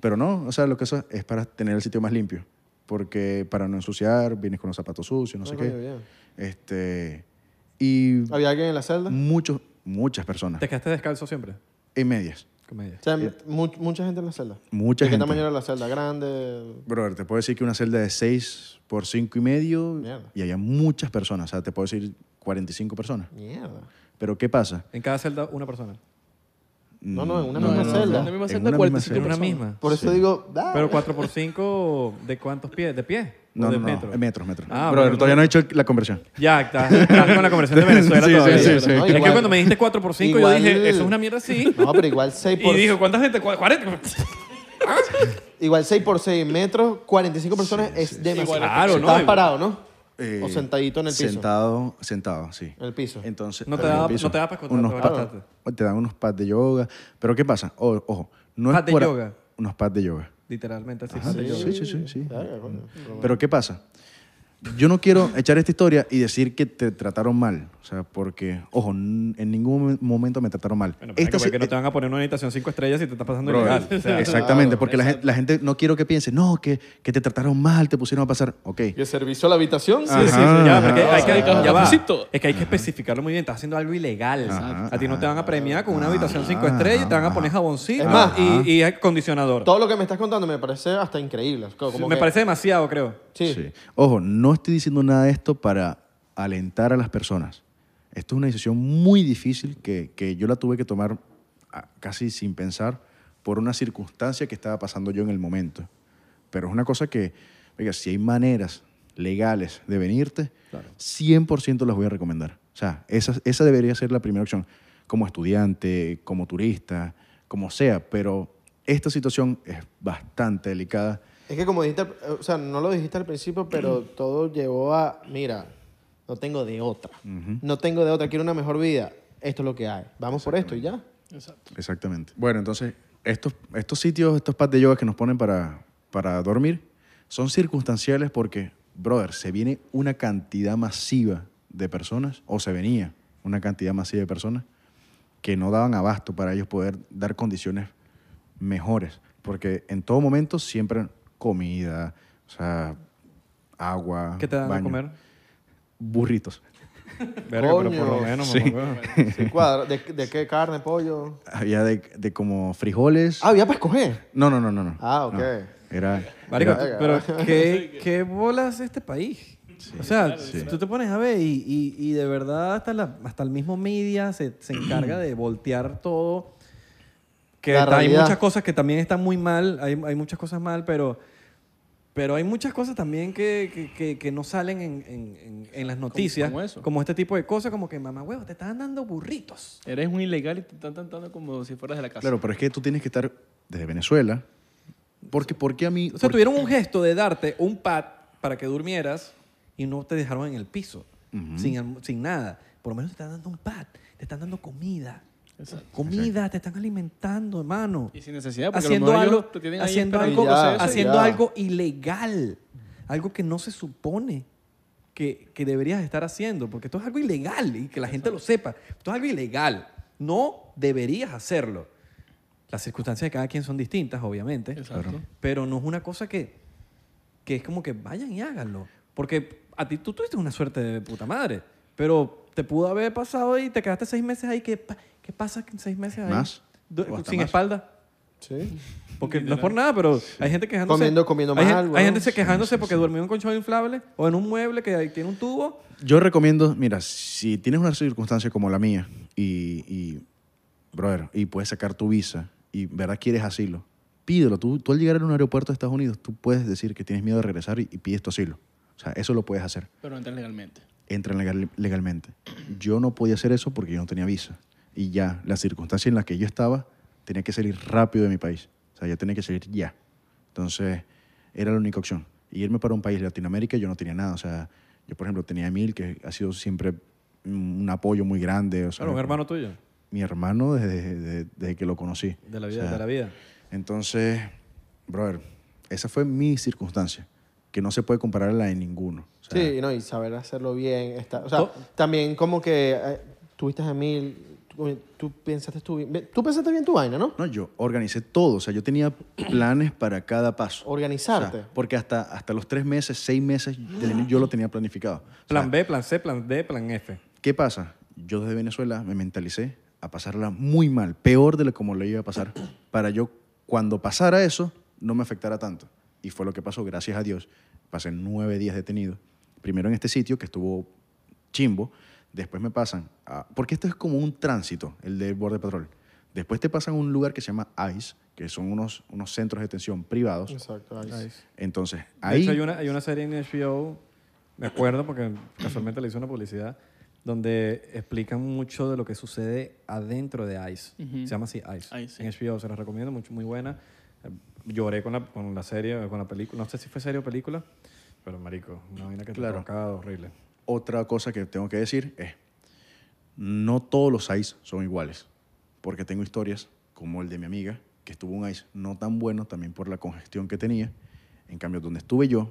E: Pero no, o sea, lo que eso es para tener el sitio más limpio. Porque para no ensuciar, vienes con los zapatos sucios, no, sé
A: Ah, coño,
E: qué.
A: bien.
E: Este. Y
A: ¿Había alguien en la celda?
E: muchos, muchas personas.
C: ¿Te quedaste descalzo siempre?
E: En medias.
C: Comedia.
A: O sea, mu- mucha gente en la celda.
E: Mucha
A: ¿De qué
E: gente.
A: tamaño era la celda? ¿Grande?
E: Brother, te puedo decir que una celda de 6 por 5 y medio.
A: Mierda.
E: Y había muchas personas. O sea, te puedo decir 45 personas.
A: Mierda.
E: Pero ¿qué pasa?
C: En cada celda, una persona.
A: No, no, en una
D: No,
A: misma
D: no, no,
A: celda.
D: en la misma
E: En
D: celda,
E: una misma
D: 45
E: celda.
C: En una
D: personas.
C: misma.
A: Por eso
E: Sí.
A: digo, dale.
C: Pero 4x5, ¿de cuántos pies? ¿De pie? ¿O
E: No,
C: de
E: no, no,
C: metro?
E: metros, metros. Metro.
C: Ah,
E: Brother,
C: bueno,
E: todavía no he hecho el- la conversión.
C: Ya, estás, estás con la conversión de Venezuela
E: Sí, sí,
C: todavía.
E: sí,
C: Pero
E: sí.
C: Es
A: No,
C: que
A: igual-
C: cuando me dijiste 4x5,
A: igual-
C: yo dije, eso es una mierda así.
A: No, pero igual 6
C: Y
A: por,
C: dijo, ¿cuánta gente? Cu- 40.
A: igual 6 por 6 metros, 45 personas es demasiado.
D: Igual,
C: claro, ¿no?
A: Estabas parado, ¿no?
E: Eh,
A: o sentadito en el piso.
E: Sentado, sentado, sí.
A: En el piso.
E: Entonces,
C: No te
E: en el
C: da-
E: piso.
C: no te da pa' escotar,
E: unos
C: te
E: pads, oh,
C: va a escotar.
E: Te dan unos pads de yoga. Pero ¿qué pasa? O- ojo, no
C: ¿Pads
E: es
C: de
E: por-
C: yoga?
E: Unos pads de yoga.
C: Literalmente así.
E: Ajá,
C: sí.
E: sí, sí, sí, sí.
A: Verga, coño.
E: Pero ¿qué pasa? Yo no quiero echar esta historia y decir que te trataron mal. O sea, porque, ojo, n- en ningún mom- momento me trataron mal.
C: Bueno,
E: Esta
C: esta
E: sí- eh,
C: que no te van a poner una habitación 5 estrellas si te estás pasando
E: Brother,
A: eh,
C: ilegal. O sea,
E: eh, exactamente, porque la gen- la gente, no quiero que piense, no, que, que te trataron mal, te pusieron a pasar. Ok.
A: ¿Y el servicio a la habitación?
E: Ajá.
C: Sí, sí, sí, ya,
E: Ajá.
A: Ah,
C: porque hay que,
D: Ajá.
C: ya va.
D: Cafecito.
C: Es que hay que especificarlo muy bien. Estás haciendo algo ilegal.
E: Ajá.
C: A ti no te van a premiar con una habitación 5 estrellas, y te van a poner jaboncito
A: Ah, Es más, ah.
C: y, y acondicionador.
A: Todo lo que me estás contando me parece hasta increíble. Como
C: me
A: que-
C: parece demasiado, creo.
A: Sí.
E: Sí. Ojo, no estoy diciendo nada de esto para alentar a las personas. Esto es una decisión muy difícil que, que yo la tuve que tomar ah, casi sin pensar por una circunstancia que estaba pasando yo en el momento. Pero es una cosa que, oiga, si hay maneras legales de venirte, 100% las voy a recomendar. O sea, esa, esa debería ser la primera opción, como estudiante, como turista, como sea, pero esta situación es bastante delicada.
A: Es que como dijiste, al- eh, o sea, no lo dijiste al principio, pero todo llevó a, mira, no tengo de otra. No tengo de otra, quiero una mejor vida. Esto es lo que hay. Vamos por esto y ya.
E: Exactamente. Bueno, entonces, estos, estos sitios, estos pads de yoga que nos ponen para, para dormir, son circunstanciales porque, brother, se viene una cantidad masiva de personas, o se venía una cantidad masiva de personas, que no daban abasto para ellos poder dar condiciones mejores. Porque en todo momento siempre comida, o sea, agua.
C: ¿Qué te dan a
E: baño.
C: comer?
E: Burritos.
C: Verga, pero por lo
A: Coño.
C: menos,
E: Sí.
C: mamá,
A: Sí, cuadra. ¿De, de qué carne, pollo?
E: Había de, de como frijoles.
A: Ah, había para escoger.
E: No, no, no, no. no.
A: Ah, ok.
E: No. Era.
C: Marico,
E: era-
C: tú- pero ¿qué, qué bolas este país? o sea, tú te pones a ver y, y- y de verdad hasta, la- hasta el mismo media se, se encarga de voltear todo. Que
A: La
C: hay
A: realidad.
C: muchas cosas que también están muy mal, hay, hay muchas cosas mal, pero, pero hay muchas cosas también que, que- que- que no salen en, en- en- en las noticias.
D: como eso.
C: este tipo de cosas, como que mamá huevo, te están dando burritos.
D: Eres un ilegal y te están tratando como si fueras de la casa.
E: Claro, pero es que tú tienes que estar desde Venezuela. Porque, ¿Por qué a mí?
C: O sea,
E: por-
C: tuvieron un gesto de darte un pad para que durmieras y no te dejaron en el piso, sin, alm- sin nada. Por lo menos te están dando un pad, te están dando comida. Comida, te están alimentando, hermano.
D: Y sin necesidad, porque a lo
C: haciendo
D: mejor ellos
C: algo,
D: te tienen ahí
C: haciendo, algo,
D: esperando
A: un proceso y
C: haciendo
A: ya.
C: algo ilegal. Algo que no se supone que, que deberías estar haciendo, porque esto es algo ilegal y que la gente lo sepa. Esto es algo ilegal. No deberías hacerlo. Las circunstancias de cada quien son distintas, obviamente.
D: Exacto.
C: Pero no es una cosa que, que es como que vayan y háganlo. Porque a ti tú tuviste una suerte de puta madre, pero te pudo haber pasado y te quedaste seis meses ahí. ¿Qué, pa- qué pasa en seis meses ahí?
E: Más,
C: Du-
E: o hasta
C: sin
E: más.
C: espalda.
A: Sí.
C: Porque no es por nada, pero hay gente quejándose.
A: Comiendo- comiendo
C: hay, gen-
A: mal,
C: Hay
A: weón.
C: gente se quejándose porque durmió en un colchón inflable o en un mueble que ahí tiene un tubo.
E: Yo recomiendo, mira, si tienes una circunstancia como la mía y, y, brother, y puedes sacar tu visa y, en ¿verdad? Quieres asilo. pídelo. Tú, tú al llegar a un aeropuerto de Estados Unidos, tú puedes decir que tienes miedo de regresar y, y pides tu asilo. O sea, eso lo puedes hacer.
D: Pero entras legalmente.
E: Entran legal- legalmente. Yo no podía hacer eso porque yo no tenía visa. Y ya, la circunstancia en la que yo estaba, tenía que salir rápido de mi país. O sea, yo tenía que salir ya. Entonces, era la única opción. Y irme para un país de Latinoamérica, yo no tenía nada. O sea, yo, por ejemplo, tenía a Emil, que ha sido siempre un un apoyo muy grande. O sea,
C: Claro, un hermano tuyo.
E: Mi hermano desde, desde- desde que lo conocí.
C: De la vida,
E: O sea,
C: de la vida.
E: entonces, brother, esa fue mi circunstancia, que no se puede comparar a la de ninguno. O sea,
A: Sí, no, y saber hacerlo bien. está- o sea,
C: To-
A: también como que eh, tuviste a Emil, tú, tú pensaste tú, bien- tú pensaste bien tu vaina, ¿no?
E: No, yo organicé todo, o sea, yo tenía planes para cada paso. O
A: Organizarte.
E: sea, porque hasta, hasta los tres meses, seis meses, de- yo lo tenía planificado. O sea,
C: Plan B, plan C, plan D, plan F.
E: ¿Qué pasa? Yo desde Venezuela me mentalicé a pasarla muy mal, peor de lo como lo iba a pasar, para yo cuando pasara eso no me afectara tanto. Y fue lo que pasó, gracias a Dios. Pasé nueve días detenido. Primero en este sitio que estuvo chimbo, después me pasan, a- porque esto es como un tránsito, el del borde patrol. Después te pasan a un lugar que se llama ICE, que son unos, unos centros de detención privados.
A: Exacto. ahí.
E: Entonces,
C: De
E: ahí...
C: hecho, hay una, hay una serie en HBO, me acuerdo porque casualmente le hice una publicidad, donde explican mucho de lo que sucede adentro de ICE. Se llama así, ICE.
D: Ice, sí.
C: En HBO, se las recomiendo, mucho, muy buena. Eh, Lloré con la, con la serie, con la película. No sé si fue serie o película, pero marico, una vaina que
E: Claro.
C: te toca horrible.
E: Otra cosa que tengo que decir es, no todos los ICE son iguales, porque tengo historias como el de mi amiga, que estuvo un ICE no tan bueno también por la congestión que tenía. En cambio, donde estuve yo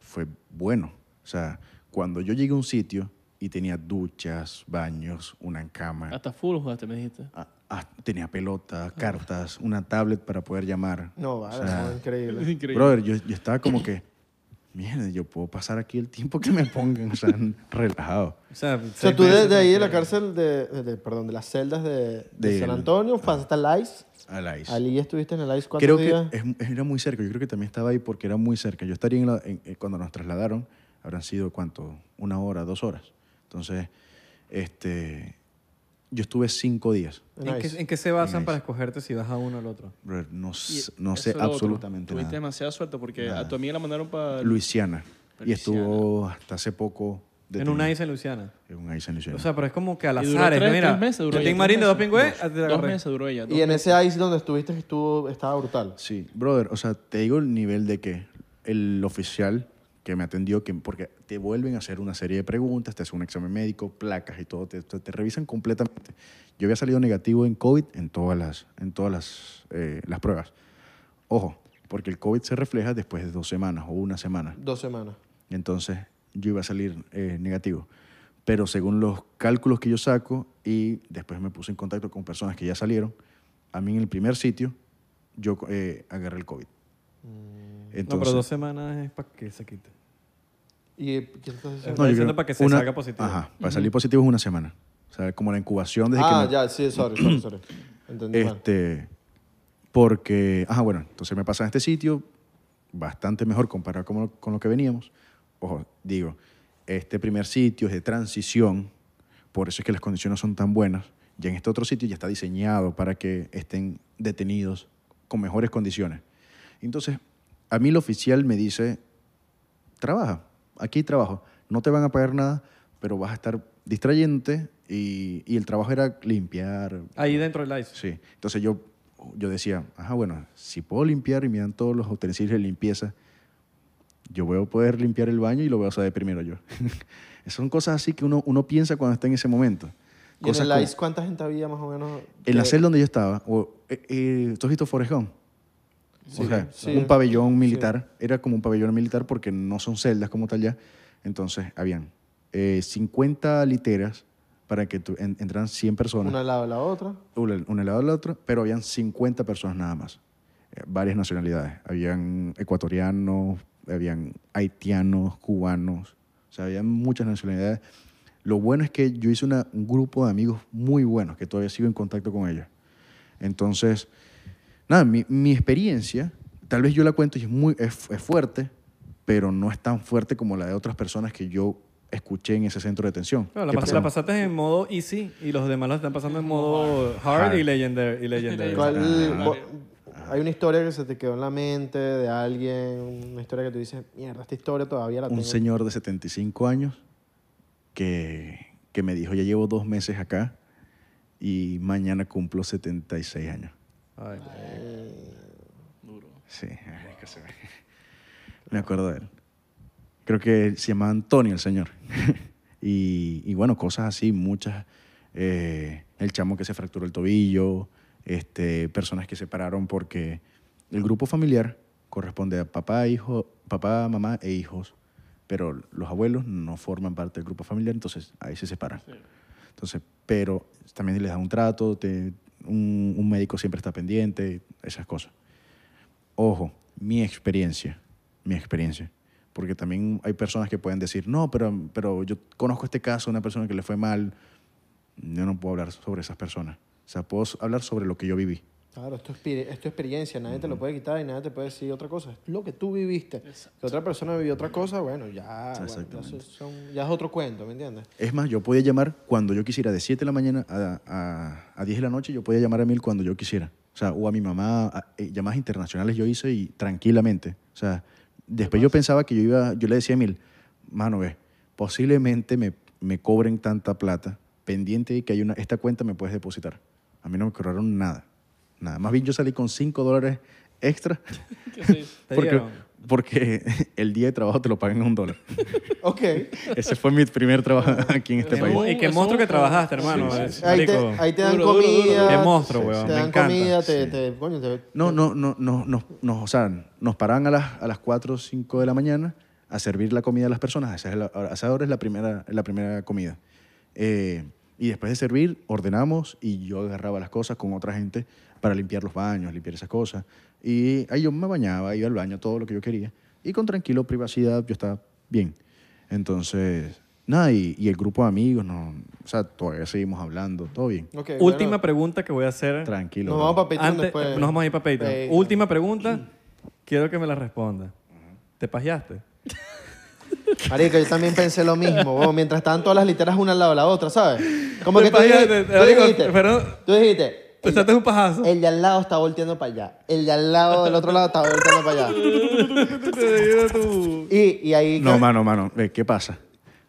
E: fue bueno. O sea, cuando yo llegué a un sitio y tenía duchas, baños, una cama,
D: Hasta full jugaste, me dijiste.
E: a- a- tenía pelota, cartas, una tablet para poder llamar.
A: No,
E: O
A: vale,
E: sea,
A: no,
D: Es
A: increíble.
D: increíble.
E: Brother, yo, yo estaba como que, mierda, yo puedo pasar aquí el tiempo que me pongan, o sea, relajado.
C: O sea,
A: O sea, tú desde ahí de la cárcel, de, de- perdón, de las celdas de, de
E: Del-
A: San Antonio, pasaste al ICE.
E: Al ICE.
A: Allí estuviste en el ICE cuántos
E: ah. Creo
A: días.
E: que es- era muy cerca. Yo creo que también estaba ahí porque era muy cerca. Yo estaría en la- en- en- cuando nos trasladaron, habrán sido cuánto, una hora, dos horas. Entonces, este, yo estuve cinco días.
C: ¿En qué,
A: ICE.
C: en qué se basan
E: ICE.
C: para escogerte si vas a uno o al otro?
E: Brother, no, s-
D: Y
E: no
D: eso
E: sé
D: es lo otro.
E: absolutamente
D: Tuviste
E: nada.
D: demasiada suerte porque a tu amiga la mandaron para...
E: Luisiana. Y
D: Luisiana.
E: estuvo hasta hace poco.
C: En un
E: detenida.
C: ICE en Luciana.
E: En un ICE en Luisiana.
C: O sea, pero es como que al
D: Y
C: azar.
D: duró
C: es,
D: tres-
C: mira,
D: tres meses duró
C: de
D: ella,
C: Tim
D: tres
C: Marín de
D: meses.
C: Dopingüe,
D: Dos-
C: a ti ah, te
D: Dos
C: agarré.
D: meses duró ella. dos
A: Y en
D: meses.
A: ese ICE donde estuviste estuvo, estaba brutal.
E: Sí, brother, o sea, te digo el nivel de que el oficial que me atendió, que, porque te vuelven a hacer una serie de preguntas, te hacen un examen médico, placas y todo, te, te- te revisan completamente. Yo había salido negativo en COVID en todas las, en todas las, eh, las pruebas. Ojo, porque el COVID se refleja después de dos semanas o una semana.
A: Dos semanas.
E: Entonces yo iba a salir eh, negativo. Pero según los cálculos que yo saco y después me puse en contacto con personas que ya salieron, a mí en el primer sitio yo eh, agarré el COVID.
C: Mm. no, pero dos
E: Entonces,
C: semanas es para que se quite.
A: ¿Y eh, qué estás haciendo?
C: Está diciendo para que se salga positivo.
E: Ajá, para salir positivo es una semana. O sea, como la incubación desde que...
A: Ah,
E: me-
A: ya, sí, sorry, sorry, sorry. Entendí mal.
E: Este, porque, ajá, bueno, entonces me pasa en este sitio, bastante mejor comparado con lo, con lo que veníamos. Ojo, digo, este primer sitio es de transición, por eso es que las condiciones son tan buenas. Ya en este otro sitio ya está diseñado para que estén detenidos con mejores condiciones. Entonces, a mí el oficial me dice, trabaja, aquí hay trabajo, no te van a pagar nada, pero vas a estar distrayente y, y el trabajo era limpiar,
C: Ahí dentro del ICE.
E: Sí. Entonces yo, yo decía, ajá, bueno, si puedo limpiar y me dan todos los utensilios de limpieza, yo voy a poder limpiar el baño y lo voy a saber primero yo. Son cosas así que uno, uno piensa cuando está en ese momento.
A: ¿Y en
E: Cosas
A: el
E: como-
A: ICE cuánta gente había más o menos?
E: en la
A: que-
E: celda donde yo estaba, o, eh, eh, ¿tú has visto Forrest Gump? o sea,
A: sí.
E: un pabellón militar. Era como un pabellón militar porque no son celdas como tal ya. Entonces, habían eh, 50 literas para que tu- en- entraran 100 personas.
A: Una al lado de la otra.
E: una una al lado de la otra, pero habían 50 personas nada más, eh, varias nacionalidades. Habían ecuatorianos, habían haitianos, cubanos, o sea, habían muchas nacionalidades. Lo bueno es que yo hice una- un grupo de amigos muy buenos, que todavía sigo en contacto con ellos. Entonces, nada, mi, mi experiencia, tal vez yo la cuento y es, muy, es, es fuerte, pero no es tan fuerte como la de otras personas que yo escuché en ese centro de detención.
C: Claro, la,
E: que
C: pas- la
E: pasaron-
C: pasaste en modo easy y los demás la están pasando en modo hard,
E: Hard.
C: y legendary. Y legendary.
A: ¿Cuál,
E: Ajá.
A: cu- Hay una historia que se te quedó en la mente de alguien, una historia que tú dices, mierda, esta historia todavía la tengo.
E: un señor de 75 años que, que me dijo, ya llevo dos meses acá y mañana cumplo 76 años.
C: Ay,
E: Sí, ay, es que se me- me acuerdo de él. Creo que se llama Antonio el señor. y, y bueno, cosas así, muchas. eh, el chamo que se fracturó el tobillo, este, personas que se pararon porque el grupo familiar corresponde a papá, hijo, papá, mamá e hijos, pero los abuelos no forman parte del grupo familiar, entonces ahí se separan. Entonces, pero también les da un trato, te- un- un médico siempre está pendiente, esas cosas ojo, mi experiencia, mi experiencia. Porque también hay personas que pueden decir, no, pero, pero yo conozco este caso, una persona que le fue mal. Yo no puedo hablar sobre esas personas. O sea, puedo s- hablar sobre lo que yo viví.
A: Claro, esto es, pi- es tu experiencia, nadie te lo puede quitar y nadie te puede decir otra cosa. Es lo que tú viviste. Que otra persona vivió otra cosa, bueno, ya, bueno, ya
E: Exactamente.
A: eso son- ya es otro cuento, ¿me entiendes?
E: Es más, yo podía llamar cuando yo quisiera, de 7 de la mañana a, a, a 10 de la noche, yo podía llamar a Mil cuando yo quisiera. O sea, o a mi mamá, a- eh, llamadas internacionales yo hice y tranquilamente. O sea, después yo pensaba que yo iba, yo le decía a Mil, mano, ve, posiblemente me, me cobren tanta plata pendiente de que hay una, esta cuenta me puedes depositar. A mí no me cobraron nada, nada. Más bien yo salí con 5 dólares extra
D: ¿Qué se dice?
C: ¿Te
E: porque,
C: dieron?
E: porque el día de trabajo te lo pagan en un dólar.
A: Ok.
E: Ese fue mi primer trabajo aquí en este
D: Es
E: país.
D: muy-
C: Y qué monstruo que
D: Sí,
C: trabajaste, hermano.
E: sí, sí.
C: es
A: Ahí te,
C: marico.
A: ahí te dan
D: Duro, duro, duro.
A: comida.
C: Qué monstruo,
E: Sí,
C: weón.
A: Te
C: Me
A: dan
C: encanta.
A: comida, te, te, coño, te-
E: No, no, no, no, no, no, o sea, nos paraban a las, a las 4 o 5 de la mañana a servir la comida a las personas. A esa, es la- a esa hora es la primera, la primera comida. Eh, y después de servir, ordenamos y yo agarraba las cosas con otra gente para limpiar los baños, limpiar esas cosas. Y ahí yo me bañaba, iba al baño, todo lo que yo quería. Y con tranquilo, privacidad, yo estaba bien. Entonces, nada, y, y el grupo de amigos, no, o sea, todavía seguimos hablando, todo bien.
A: Ok,
C: Última
A: bueno,
C: pregunta que voy a hacer.
E: Tranquilo.
A: Nos
E: bro.
A: vamos para Patreon
C: Antes-
A: después.
C: nos vamos a ir para Patreon. Última pregunta. Quiero que me la responda. ¿Te pajeaste?
A: Eh, Marico, yo también pensé lo mismo, weón. Mientras estaban todas las literas una al lado de la otra, ¿sabes? Como que tú,
C: Marico,
A: dijiste-
C: te-
A: tú
C: marico,
A: dijiste,
C: pero-
A: tú dijiste,
C: ¿Te echaste un pajazo?
A: el de al lado está volteando para allá, el de al lado del otro lado está volteando para allá. Y, y ahí...
E: No, mano, mano. Ve, ¿Qué pasa?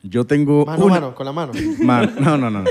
E: Yo tengo
A: Mano,
E: una...
A: mano, con la mano.
E: Mano, no, no, no.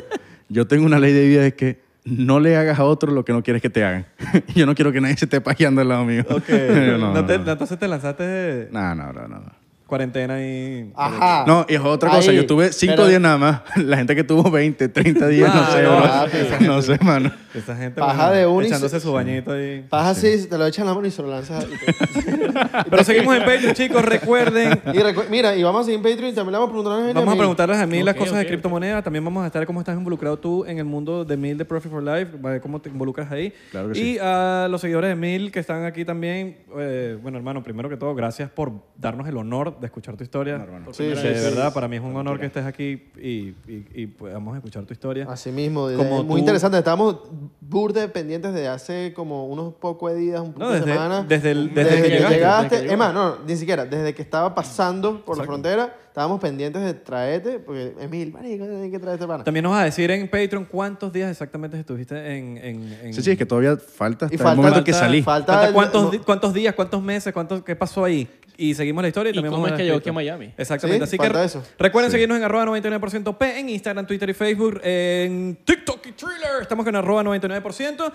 E: Yo tengo una ley de vida es que no le hagas a otro lo que no quieres que te hagan. Yo no quiero que nadie se esté pajeando al lado mío.
C: Ok.
E: no, no,
C: No te-
E: no.
C: Entonces te lanzaste de
E: No, no, no, no, no.
C: cuarentena y...
A: Ajá.
E: No, y es otra cosa.
A: Ahí,
E: Yo tuve cinco
A: pero-
E: días nada más. La gente que tuvo 20, 30 días,
C: Ah,
E: no sé,
C: no,
E: bro.
A: papi, esa
E: No sé, mano.
C: Esa gente
A: Paja de uno y
C: echándose
A: se-
C: su bañito y...
A: Pasa así, te lo echan en la mano y se lo lanzas. Y,
C: Pero seguimos en Patreon, chicos. Recuerden,
A: y recu- mira, y vamos a seguir en Patreon y también le vamos a preguntar a la gente.
C: Vamos a
A: mira,
C: preguntarles a mí las
D: Ok,
C: cosas
D: ok,
C: de
D: ok.
C: criptomonedas. También vamos a estar cómo estás involucrado tú en el mundo de Mil de Profit for Life, va a ver cómo te involucras ahí.
E: Claro que
C: y
E: sí.
C: a los seguidores de Mil que están aquí también, eh, bueno, hermano, primero que todo, gracias por darnos el honor de escuchar tu historia.
A: Sí,
C: De
A: sí, sí.
C: verdad, para mí es un honor que estés aquí y, y- y podamos escuchar tu historia.
A: Así mismo, de-
C: Como
A: muy
C: tú-
A: interesante. Estábamos burde pendientes de hace como unos pocos de días, un poco
C: No,
A: de
C: desde-
A: semanas.
C: desde el- desde que llegaste.
A: Es más, no, ni siquiera. Desde que estaba pasando por la frontera, estábamos pendientes de traerte, porque Emil, marico, tienes que traerte este pana.
C: También nos vas a decir en Patreon cuántos días exactamente estuviste en... en, en-
E: Sí, sí, es que todavía falta hasta
A: Y falta-
E: el momento que
A: falta-
E: salí.
A: falta-
C: ¿Cuánta-
A: el-
C: cuántos,
A: no-
C: di- cuántos días, cuántos meses, cuántos, qué pasó ahí? Y seguimos la historia. Y,
D: ¿Y
C: también
D: cómo
C: vamos
D: es
C: a
D: que
C: la
D: llegó
C: escrita.
D: aquí a Miami?
C: Exactamente.
A: Sí,
C: Así
A: falta
C: que
A: eso.
C: recuerden seguirnos en arroba 99% P en Instagram, Twitter y Facebook, en TikTok y Thriller. Estamos con arroba 99%.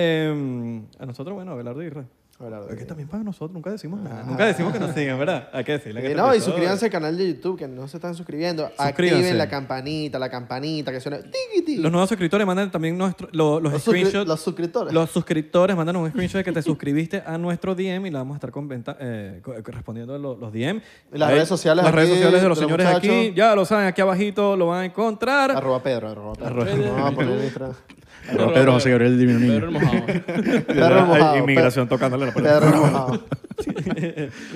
C: Eh, a nosotros, bueno, Abelardo y Rey.
A: Abelardo
C: Es que también para nosotros, nunca decimos nada. Nunca decimos que nos sigan, ¿verdad? Hay que decirle. que
A: Y Ah. Eh, no, y
C: también-
A: suscríbanse al canal de YouTube, que no se están suscribiendo.
C: eh. Suscríbanse.
A: Activen la campanita, la campanita que suena. tiquiti.
C: Los nuevos suscriptores mandan también nuestro- lo- los,
A: Los suscri-
C: screenshots.
A: los suscriptores.
C: Los suscriptores mandan un screenshot de que te suscribiste a nuestro DM y la vamos a estar conventa- eh, co- respondiendo a lo- los DM.
A: Y las redes sociales
C: Las
A: aquí,
C: redes sociales de los
A: de los
C: señores aquí.
A: muchachos.
C: Ya lo saben, aquí abajito lo van a encontrar.
A: Arroba Pedro, arroba Pedro.
D: Pedro.
A: Vamos a poner en Instagram.
E: Pedro, José Gabriel Divino Niño.
D: Pedro el mojado.
A: Pedro mojado,
C: Ay, inmigración tocándole la puerta.
A: Pedro mojado.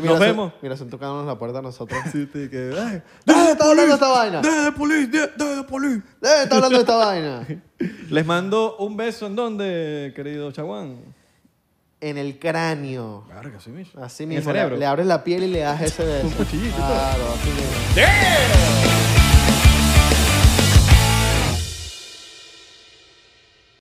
C: Nos vemos.
A: Mira, se tocándonos la puerta a nosotros.
C: Sí, sí, que- ay,
A: ¡Debe estar hablando de esta vaina!
C: ¡Deje de pulir! de- ¡Deje de pulir!
A: ¡Debe estar ¡Eh, hablando de esta vaina!
C: Les mando un beso en donde, querido Chaguán.
A: En el cráneo.
C: Claro que sí, mismo.
A: Así
C: En el
A: mismo. Le,
C: cerebro.
A: le abres la piel y le das ese beso. Un cuchillito. Claro, así mismo.
C: ¡Damn!